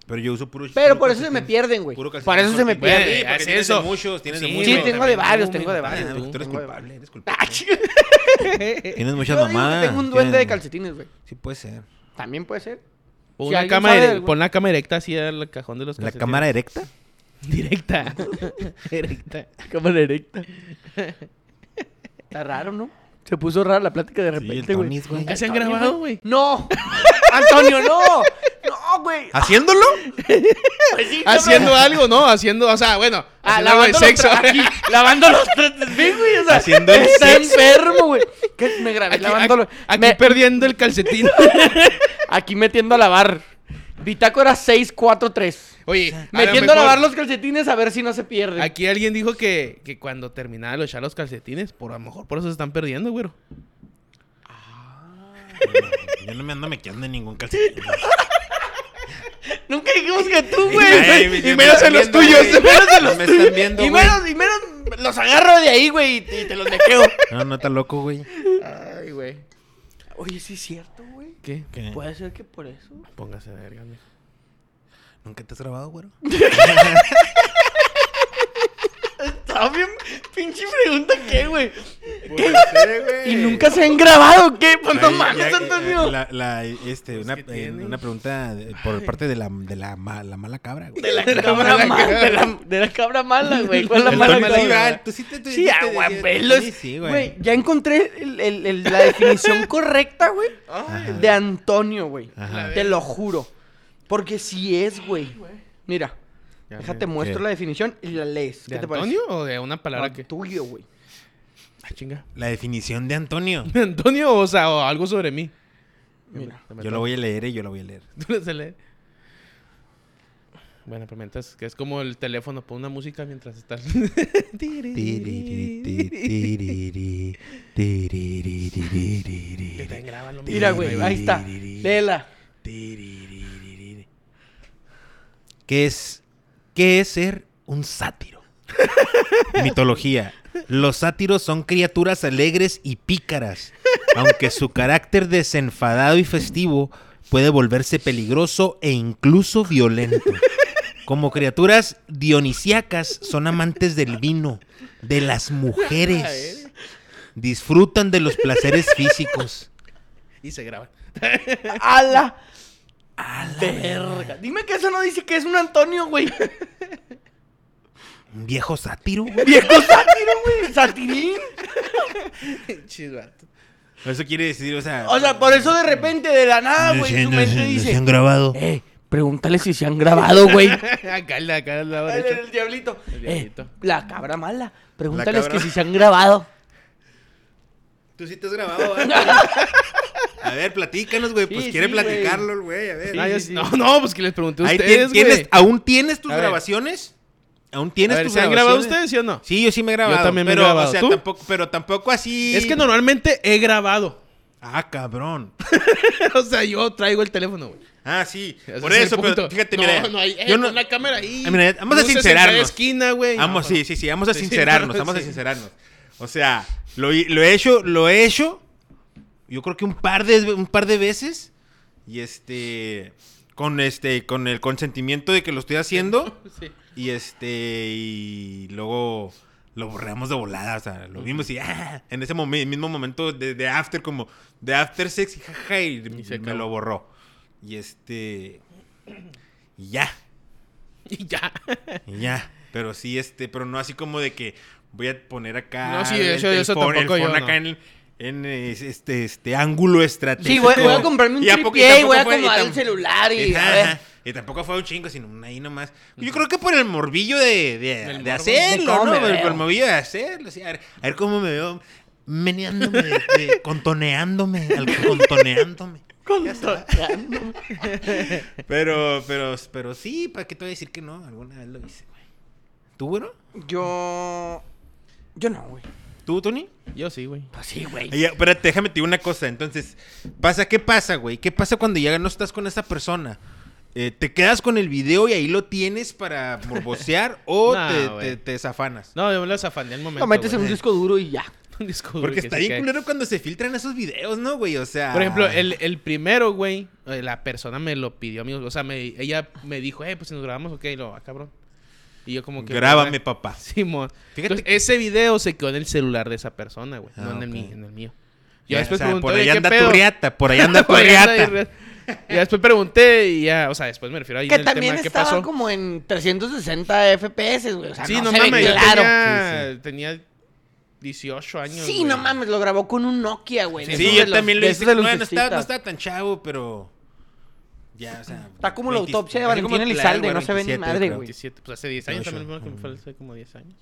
Pero yo uso puro
Pero
puro
por eso se me
calcetín.
pierden, güey.
Puro calcetín
Por eso se me
short, güey.
Güey,
pierden.
Sí, porque
haz
tienes de
eso.
muchos, tienes de
Sí,
muchos.
Sí,
güey,
tengo de
también
varios,
tú,
tengo de
güey.
varios.
Ah,
güey,
tú eres
tengo de
culpable,
varios.
eres
Ah,
culpable.
chica.
Tienes muchas
Yo digo que
mamadas.
tengo un duende de
tienes-
calcetines, güey.
Sí, puede ser.
También puede ser.
Pon,
Si
una
alguien
cama
sabe de
dire-
algún-
pon la cama directa así al cajón de los
¿La
calcetines.
cámara erecta?
Directa. directa.
Cámara directa. Está raro, ¿no? Se puso rara la plática de repente, güey.
güey.
¿Ya se han grabado, güey?
¡No! ¡Antonio, no! ¡No, güey!
¿Haciéndolo?
Ah, Pues sí, cabrón.
Haciendo algo, ¿no? Haciendo, o sea, bueno,
Ah,
haciendo algo de
lavando los
sexo.
tra- aquí, lavando los trastes. Sí, güey, o sea,
Haciendo el
está
sexo.
enfermo, güey. ¿Qué? Me grabé
Aquí,
lavando los...
aquí- aquí
me-
perdiendo el calcetín.
aquí metiendo a lavar. Bitácora 643.
Oye, a lo
Metiendo
mejor-
a lavar los calcetines a ver si no se pierden.
Aquí alguien dijo que, que cuando terminaba de echar los calcetines, por a lo mejor por eso se están perdiendo, güey.
Yo no me ando mequeando en ningún calcetín. güey.
Nunca dijimos que tú,
Ay,
güey.
me-
y
me
menos
están
en los
viendo,
tuyos.
güey.
Y menos en los
Me
tuyos.
están viendo,
y,
güey.
menos, y menos los agarro de ahí, güey, y, te- y te los dejeo.
No, no está loco, güey.
Ay, güey. Oye, sí es cierto, güey.
¿Qué?
¿Qué?
Puede ser que por eso.
Póngase de verga, mijo.
¿Nunca te has grabado, güero?
Está bien, pinche pregunta, ¿qué, güey?
¿Qué?
¿Y nunca se han grabado? ¿Qué? Pues no mames, Antonio.
eh, La, la, este,
Pues,
una,
¿qué
eh,
tiene?
una pregunta de- por parte de la, de la, ma- la mala cabra, güey.
De la cabra mala, de la, de la cabra mala, güey. ¿Cuál es la
El
mala
Tony
cabra?
Liberal.
Tú sí te- tú-
Sí,
tú te-
aguapelos.
Sí, sí,
Güey,
güey.
ya encontré el- el- el- la definición correcta, güey, de Antonio, güey.
Ajá.
Te lo juro. Porque sí es, güey. Mira,
Ya
déjate
me-
muestro
¿Qué?
la definición y la lees.
¿De
¿Qué te
Antonio o de una palabra
parece?
que.?
Tuyo, güey.
Ah, chinga.
La definición de Antonio.
¿De Antonio o, sea, o algo sobre mí?
Mira.
Yo lo voy a leer y yo lo voy a leer.
Tú le- se le- Bueno, pero mientras que es como el teléfono, pon una música mientras estás. Que te graban lo mismo.
Mira, güey, ahí está. Léela.
¿Qué es, ¿Qué es ser un sátiro? Mitología. Los sátiros son criaturas alegres y pícaras, aunque su carácter desenfadado y festivo puede volverse peligroso e incluso violento. Como criaturas dionisíacas, son amantes del vino, de las mujeres, disfrutan de los placeres físicos.
Y se graban.
A la. Verga. Dime que eso no dice que es un Antonio, güey.
¿Un viejo sátiro?
Viejo sátiro, güey. Satirín.
Chisbato.
Eso quiere decir, o sea...
O sea, por eso de repente, de la nada, güey, su mente dice.
grabado.
Eh, pregúntale si se han grabado, güey.
Acá en la acá en la
El,
derecha.
el diablito.
El
Eh,
diablito.
la cabra mala. Pregúntales
cabra
que
mala.
si se han grabado.
Tú sí te has grabado, ¿eh? A ver, platícanos, güey. Pues
Sí,
quiere
sí, güey.
platicarlo, el güey. A ver.
Ah, yo-
sí, sí.
No, no, pues que les pregunté a
Ahí
ustedes,
tien- tienes-
güey.
¿Aún tienes tus
A ver.
grabaciones? ¿Aún
A
tienes
ver,
tus
¿Se han grabado
grabaciones?
ustedes, sí o no?
Sí, yo sí me he grabado.
también me he
pero,
grabado.
O sea,
¿Tú?
tampoco, pero tampoco así.
Es que normalmente he grabado.
Ah, cabrón.
o sea, yo traigo el teléfono, güey.
Ah, sí.
Ese
Por
es el
eso, pero
punto.
fíjate,
no,
mira.
No, ahí, eh,
yo no-
pon la cámara ahí.
Ah, mira, vamos a
Luces en cada
sincerarnos.
esquina, güey.
Vamos,
No,
sí, sí, sí, vamos a
Sí, sí,
sincerarnos,
sí.
vamos a sincerarnos. O sea, lo, hi- lo he hecho, lo he hecho, yo creo que un par de, un par de veces, y este, con este, con el consentimiento de que lo estoy haciendo.
Sí.
Y este, y luego lo borramos de volada, o sea, lo vimos y ah, en ese momen- mismo momento de, de After, como de After Sex y jaja, y,
Y se
me
acabó.
lo borró. Y este, y ya,
Y ya.
y ya, pero sí, este, pero no así como de que voy a poner acá.
No, sí, eso- eso
phone-
tampoco
el phone
yo, no.
acá en, el- en es- este, este ángulo estratégico.
Sí, voy, voy a comprarme un
Y a poco- y
tripié y
tampoco
voy a
fue- y
acomodar el
tam-
celular y a
Ajá,
ver.
ajá. Y tampoco fue un chingo, sino un ahí nomás. Yo creo que por el morbillo de, de-
Del
de
morbo.
De
hacerlo,
cómo
¿no?
me
Por, por
veo.
el morbillo de hacerlo. sí, a, ver, a ver cómo me veo meneándome, de- de- contoneándome, al- contoneándome. Pero, pero, pero sí, ¿para qué te voy a decir que no? Alguna vez lo hice, güey. ¿Tú, güero?
Yo. Yo no, güey.
¿Tú, Tony?
Yo sí, güey.
Pues sí, güey.
Ay, ya, espérate, déjame te digo una cosa. Entonces, pasa, ¿qué pasa, güey? ¿Qué pasa cuando ya no estás con esa persona? Eh, ¿Te quedas con el video y ahí lo tienes para morbosear o
Nah,
te,
güey.
te- te zafanas?
No, yo me lo zafané al momento.
Lo metes en
güey.
un disco duro y ya.
Un disco duro
Porque
pues, que
está
se
bien
quede.
culero Ah. cuando se filtran esos videos, ¿no, güey? O sea...
Por ejemplo, el, el primero, güey, eh, la persona me lo pidió, amigos. O sea, me- ella me dijo, eh, pues si nos grabamos, ok, y lo, ah, cabrón. Y yo como que...
Grábame, papá.
Simón.
Fíjate
Entonces, ese video se quedó en el celular de esa persona, güey.
Ah,
no en el,
ok.
mí- en el mío.
Ya,
Yo después
o sea,
pregunté,
por ahí
"Oye, ¿qué
anda
pedo?"
tu riata, por ahí anda tu
Por ahí anda
riata.
y re- y después pregunté y ya, o sea, después me refiero ahí
Que
en el
también
tema, ¿qué
estaba
pasó?
como en 360 FPS, güey. O sea,
sí,
no,
no,
se ve
mames, yo
claro.
tenía,
Sí,
tenía 18 años,
Sí,
güey.
no mames, lo grabó con un Nokia, güey. de
Sí,
esos
yo
de los-
también lo
de
hice.
esos de
No,
lucecitas.
no estaba, no estaba tan chavo, pero... Ya, o sea...
Está como la
20,
autopsia de
así como
Valentín
Clara,
Elizalde,
güey,
no se ve ni
27,
madre,
creo.
güey.
17, pues hace 10 años
Ocho, Mm.
también, bueno, que me fue
ajá.
hace como 10 años.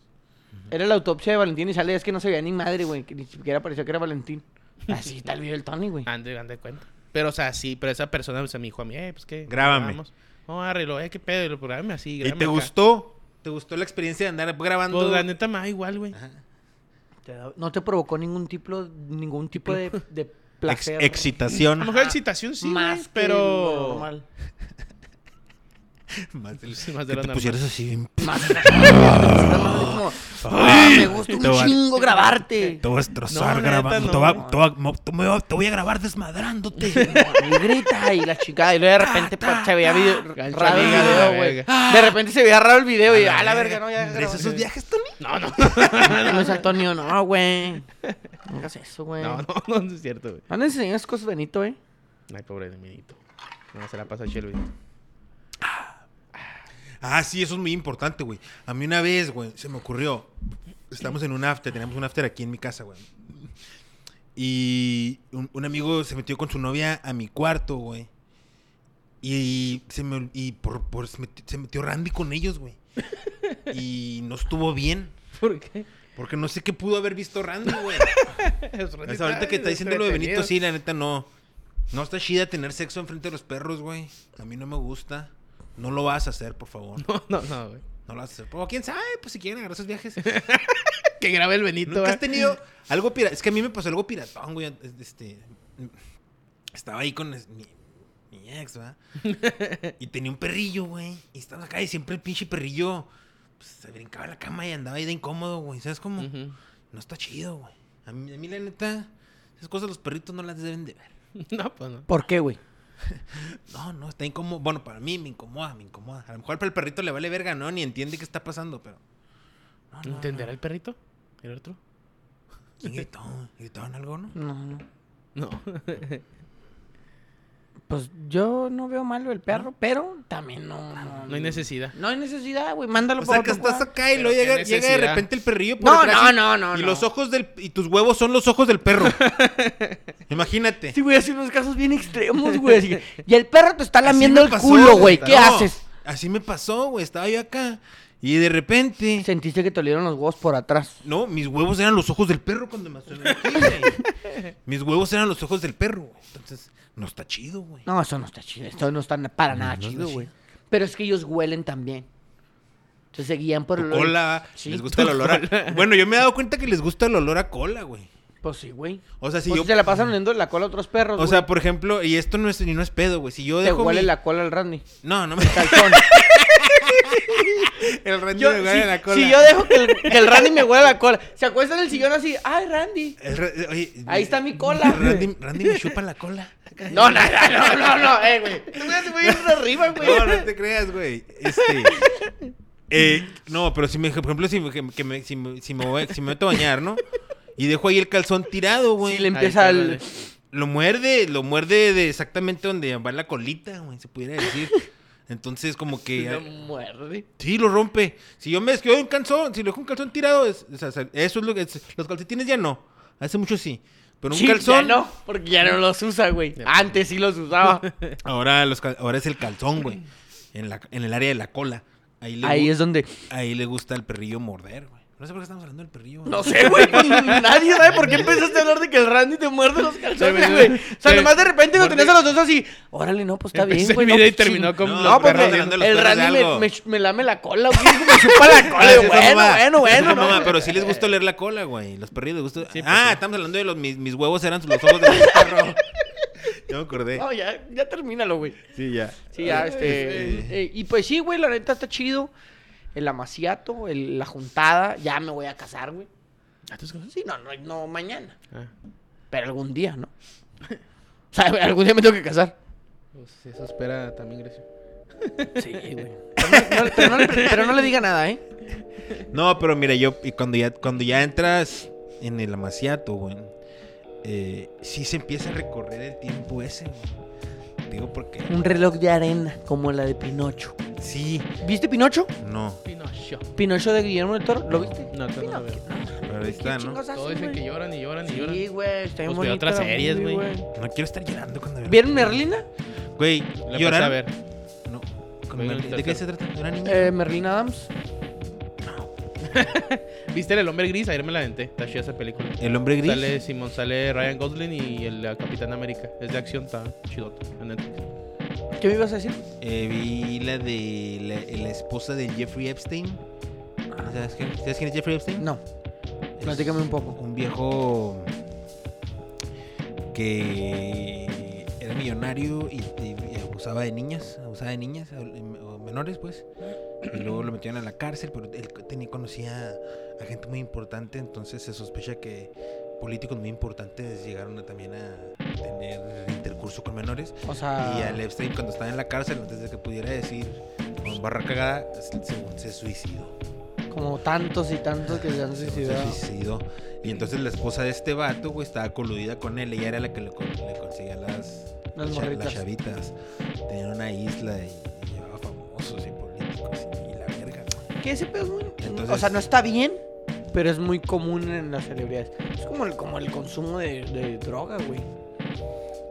Era la autopsia de Valentín y sale, es que no se veía ni madre, güey. que Ni siquiera parecía que era Valentín. Así está el video del Tony, güey.
Ande, ande cuenta. Pero, o sea, sí, pero esa persona o sea, me dijo a mí, eh, pues qué.
Grábame.
Vamos, no, arreglo, eh, qué pedo, y lo grábame así.
¿Y
grábame
te
acá.
gustó? ¿Te gustó la experiencia de andar grabando?
Pues la neta me da igual, güey.
Ajá.
Te da- No te provocó ningún tipo, ningún tipo de, de
Ex-
placer.
A
excitación.
lo mejor excitación sí,
Ah, más
güey,
que
pero.
lo normal.
Ah, Más de-
Sí, más de
que
lo
te
normal.
pusieras así bien
Más que nada, más como, "Ah, me gusta
Te va-
un chingo grabarte.
Te voy a destrozar
No, la neta,
grabando.
no,
te, va-
no.
te va- mo- te me va- te voy a grabar desmadrándote.
Y grita y la chingada. Y luego de repente
Ta, ta,
pa, se veía
ta.
video,
Gancho
raro el
amiga de la
video, güey.
verga.
De repente se veía raro el video y a la verga, no, ya.
¿Ves esos viajes, Tony?
No, no.
grabó". Luis Antonio, no, güey. No hagas eso, güey.
No, no, no, no es cierto, güey.
No le enseñas cosas Benito, eh.
Ay, pobre de minito. No, se la pasa Shelby.
Ah, sí, eso es muy importante, güey. A mí una vez, güey, se me ocurrió. Estamos en un after, tenemos un after aquí en mi casa, güey. Y un, un amigo se metió con su novia a mi cuarto, güey. Y, se me, y por, por- se, metió, se metió Randy con ellos, güey. Y no estuvo bien.
¿Por qué?
Porque no sé qué pudo haber visto Randy, güey.
Es
O sea, ahorita que está diciendo lo de Benito, sí, la neta no. No está chida tener sexo enfrente de los perros, güey. A mí no me gusta. No lo vas a hacer, por favor. No,
No, no, no, güey.
lo vas a hacer. Pero quién sabe, pues si quieren agarrar esos viajes.
Que grabe el Benito, ¿eh?
Nunca
güey.
has tenido algo pirata. Es que a mí me pasó algo piratón, güey. Este. Estaba ahí con es- mi, mi ex, ¿verdad? Y tenía un perrillo, güey. Y estábamos acá y siempre el pinche perrillo pues, se brincaba en la cama y andaba ahí de incómodo, güey. ¿Sabes cómo?
Ujú.
No está chido, güey. A mí, a mí, la neta, esas cosas los perritos no las deben de ver.
No, pues no.
¿Por qué, güey?
No, no, está incómodo. Bueno, para mí me incomoda, me incomoda. A lo mejor para el perrito le vale verga, ¿no? Ni entiende qué está pasando, pero... No, no,
¿Entenderá el perrito? ¿El otro?
no. ¿Quién gritó? ¿Gritaron algo, no?
No, no.
No.
Pues yo no veo malo el perro, pero también no. No,
No hay necesidad.
No hay necesidad, güey. Mándalo
O sea,
por
que
otro
estás
lugar.
acá y
Pero
luego
qué
llega, llega de
necesidad.
repente el perrillo por
No,
detrás
no,
y-
no, no.
Y
no.
los ojos del... Y tus huevos son los ojos del perro. Imagínate.
Sí, güey, así unos casos bien extremos, güey. así que- Y el perro te está
Así
lamiendo
me
el
pasó,
culo, güey. ¿Qué
no,
haces?
Así me pasó, güey. Estaba yo acá. Y de repente...
Sentiste que te olieron los huevos por atrás.
No, mis huevos eran los ojos del perro cuando me asomé aquí, güey. Mis huevos eran los ojos del perro, güey. Entonces, no está chido, güey.
No, eso no está chido. Esto no está na- para nada
no
chido,
está
güey. Pero es que ellos huelen también. Entonces se guían por
Tu
el olor.
cola,
Sí,
les gusta el olor a... Bueno, yo me he dado cuenta que les gusta el olor a cola, güey.
Pues sí, güey.
O sea, si
Pues
yo...
se la pasan oliendo la cola a otros perros,
O sea, por ejemplo, y esto no es, y no es pedo, güey. Si yo
güey. te
dejo
huele
mi-
la cola al Randy.
No, no me...
Calzón.
El Randy
Yo-
me huele
si,
a la cola.
si yo dejo que el, que el Randy me huele la cola, se acuesta en el sillón así, ay Randy,
El Ra- eh, oye,
ahí está mi cola.
Randy, Randy me chupa la cola.
No, no, no, no, no, no, eh, güey. Tú me voy a ir para arriba, güey.
No, no te creas, güey. Este. eh, no, pero si me, por ejemplo, si me, que me- si me, si me voy- si me meto a bañar, ¿no? Y dejo ahí el calzón tirado, güey.
Sí, le empieza
Ahí
el...
está,
Lo muerde, lo muerde de exactamente donde va la colita, güey, se pudiera decir. Entonces, como que.
Lo muerde.
Sí, lo rompe. Si yo me descuido de un calzón, si lo dejo un calzón tirado, es- o sea, eso es lo que. es- los calcetines ya no. Hace mucho sí. Pero un
Sí,
calzón.
ya no, porque ya no los usa, güey. Antes sí los usaba.
Ahora, los, cal- ahora es el calzón, güey. En, la, en el área de la cola. Ahí, le
Ahí
gu-
es donde...
ahí le gusta al perrillo morder, güey. No sé por qué estamos hablando del perrillo.
No sé, güey. pues, Nadie sabe por qué empezaste a hablar de que el Randy te muerde los calzones,
Sí,
güey. O
güey.
sea,
Sí.
nomás de repente lo
Porque-
tenías a los dos así. Órale, no, pues está bien,
Empecé
güey.
el
no,
video y
pues,
terminó
ching-
con
No,
los
No,
perros
porque
hablando de los
el
perros de
Randy me,
algo.
me, me lame la cola, güey. Me chupa la cola.
Ah, Esa es
bueno,
mamá.
bueno,
Esa es
bueno,
mamá,
no.
pero sí les gusta oler la cola, güey. Los perrillos les gusta.
Sí, pues,
ah,
sí.
estamos hablando de los mis, mis huevos eran los ojos de los perros. Ya me acordé.
No, ya, ya termínalo, güey.
Sí, ya.
Sí, ya, este.
sí.
eh, y pues sí, güey, la neta está chido. El amaciato, el- la juntada. Ya me voy a casar, güey.
¿Ah, tú sabes?
Sí, no, no, no mañana.
Ah,
Pero algún día, ¿no? O sea, algún día me tengo que casar.
pues eso espera también, Grecia.
Sí, güey. Pero no, pero no le- pero no le diga nada, ¿eh?
No, pero mira, yo y cuando ya, cuando ya entras en el amaciato, güey, eh, sí se empieza a recorrer el tiempo ese, güey. Digo porque
Un reloj de arena, como la de Pinocho.
sí,
¿Viste Pinocho?
no,
Pinocho.
Pinocho de Guillermo del Toro. ¿Lo viste?
No, tú no lo veo.
pero ahí está, ¿no?
chingados
Todos
haces,
dicen que
güey?
lloran y lloran y lloran.
Sí, güey, está
Pues veo
bien bonita
otras
la
series,
movie,
güey.
No quiero estar llorando cuando veo.
¿Vieron Merlina?
Güey,
La pasé a
llorar.
ver.
No. con
Fue en el
Merlín. ¿De qué
tercero.
se trata? ¿De una niña?
Eh, Merlina Adams.
¿Viste el hombre gris? Ayer me la aventé. Está chida esa película.
El hombre gris.
Sale Simón, sale Ryan Gosling y el eh, Capitán América. Es de acción, está chidoto en Netflix.
¿Qué me ibas a decir?
Eh, vi la de la, la esposa de Jeffrey Epstein. ¿Sabes quién, sabes quién es Jeffrey Epstein?
No,
Es-
platícame un poco.
un viejo que era millonario y, y abusaba de niñas, abusaba de niñas o, o menores, pues. Y luego lo metieron a la cárcel, pero él tenía, conocía a gente muy importante, entonces se sospecha que políticos muy importantes llegaron a- también a tener intercurso con menores.
O sea,
Y al Epstein cuando estaba en la cárcel, antes de que pudiera decir con barra cagada, se, se- se suicidó.
como tantos y tantos que se han
Se- se
suicidado.
suicidó. Y entonces la esposa de este vato, güey, estaba coludida con él. Ella era la que le, con- le conseguía las,
Las
cha-
morritas.
chavitas. Tenían una isla y, y llevaba famosos y políticos y, y la verga. güey.
Que ese pedo es muy...
Entonces-
O sea, no está bien, pero es muy común en las celebridades. Es como el, como el consumo de, de droga, güey.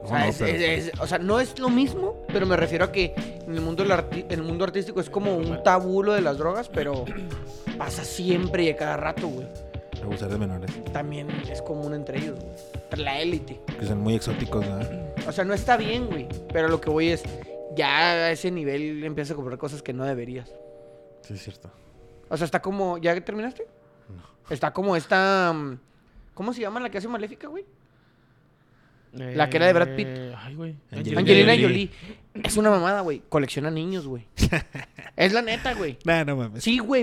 O sea,
No,
es- eh.
pero-
es- es- o sea, no es lo mismo, pero me refiero a que en el mundo, del arti- en el mundo artístico es como un tabú lo de las drogas, pero pasa siempre y a cada rato, güey.
Abusar de menores,
También es común entre ellos, güey. La élite.
que son muy exóticos, ¿verdad?
O sea, no está bien, güey. Pero lo que voy es, ya a ese nivel empiezas a comprar cosas que no deberías.
Sí, es cierto.
O sea, está como... ¿Ya terminaste? Está como esta... mm, ¿Cómo se llama la que hace Maléfica, güey? La que era de Brad Pitt.
Eh, Ay, güey.
Angelina
Angelina
Jolie.
Jolie. Es una mamada, güey. Colecciona niños, güey. es la neta, güey.
Nah, no mames.
Sí, güey.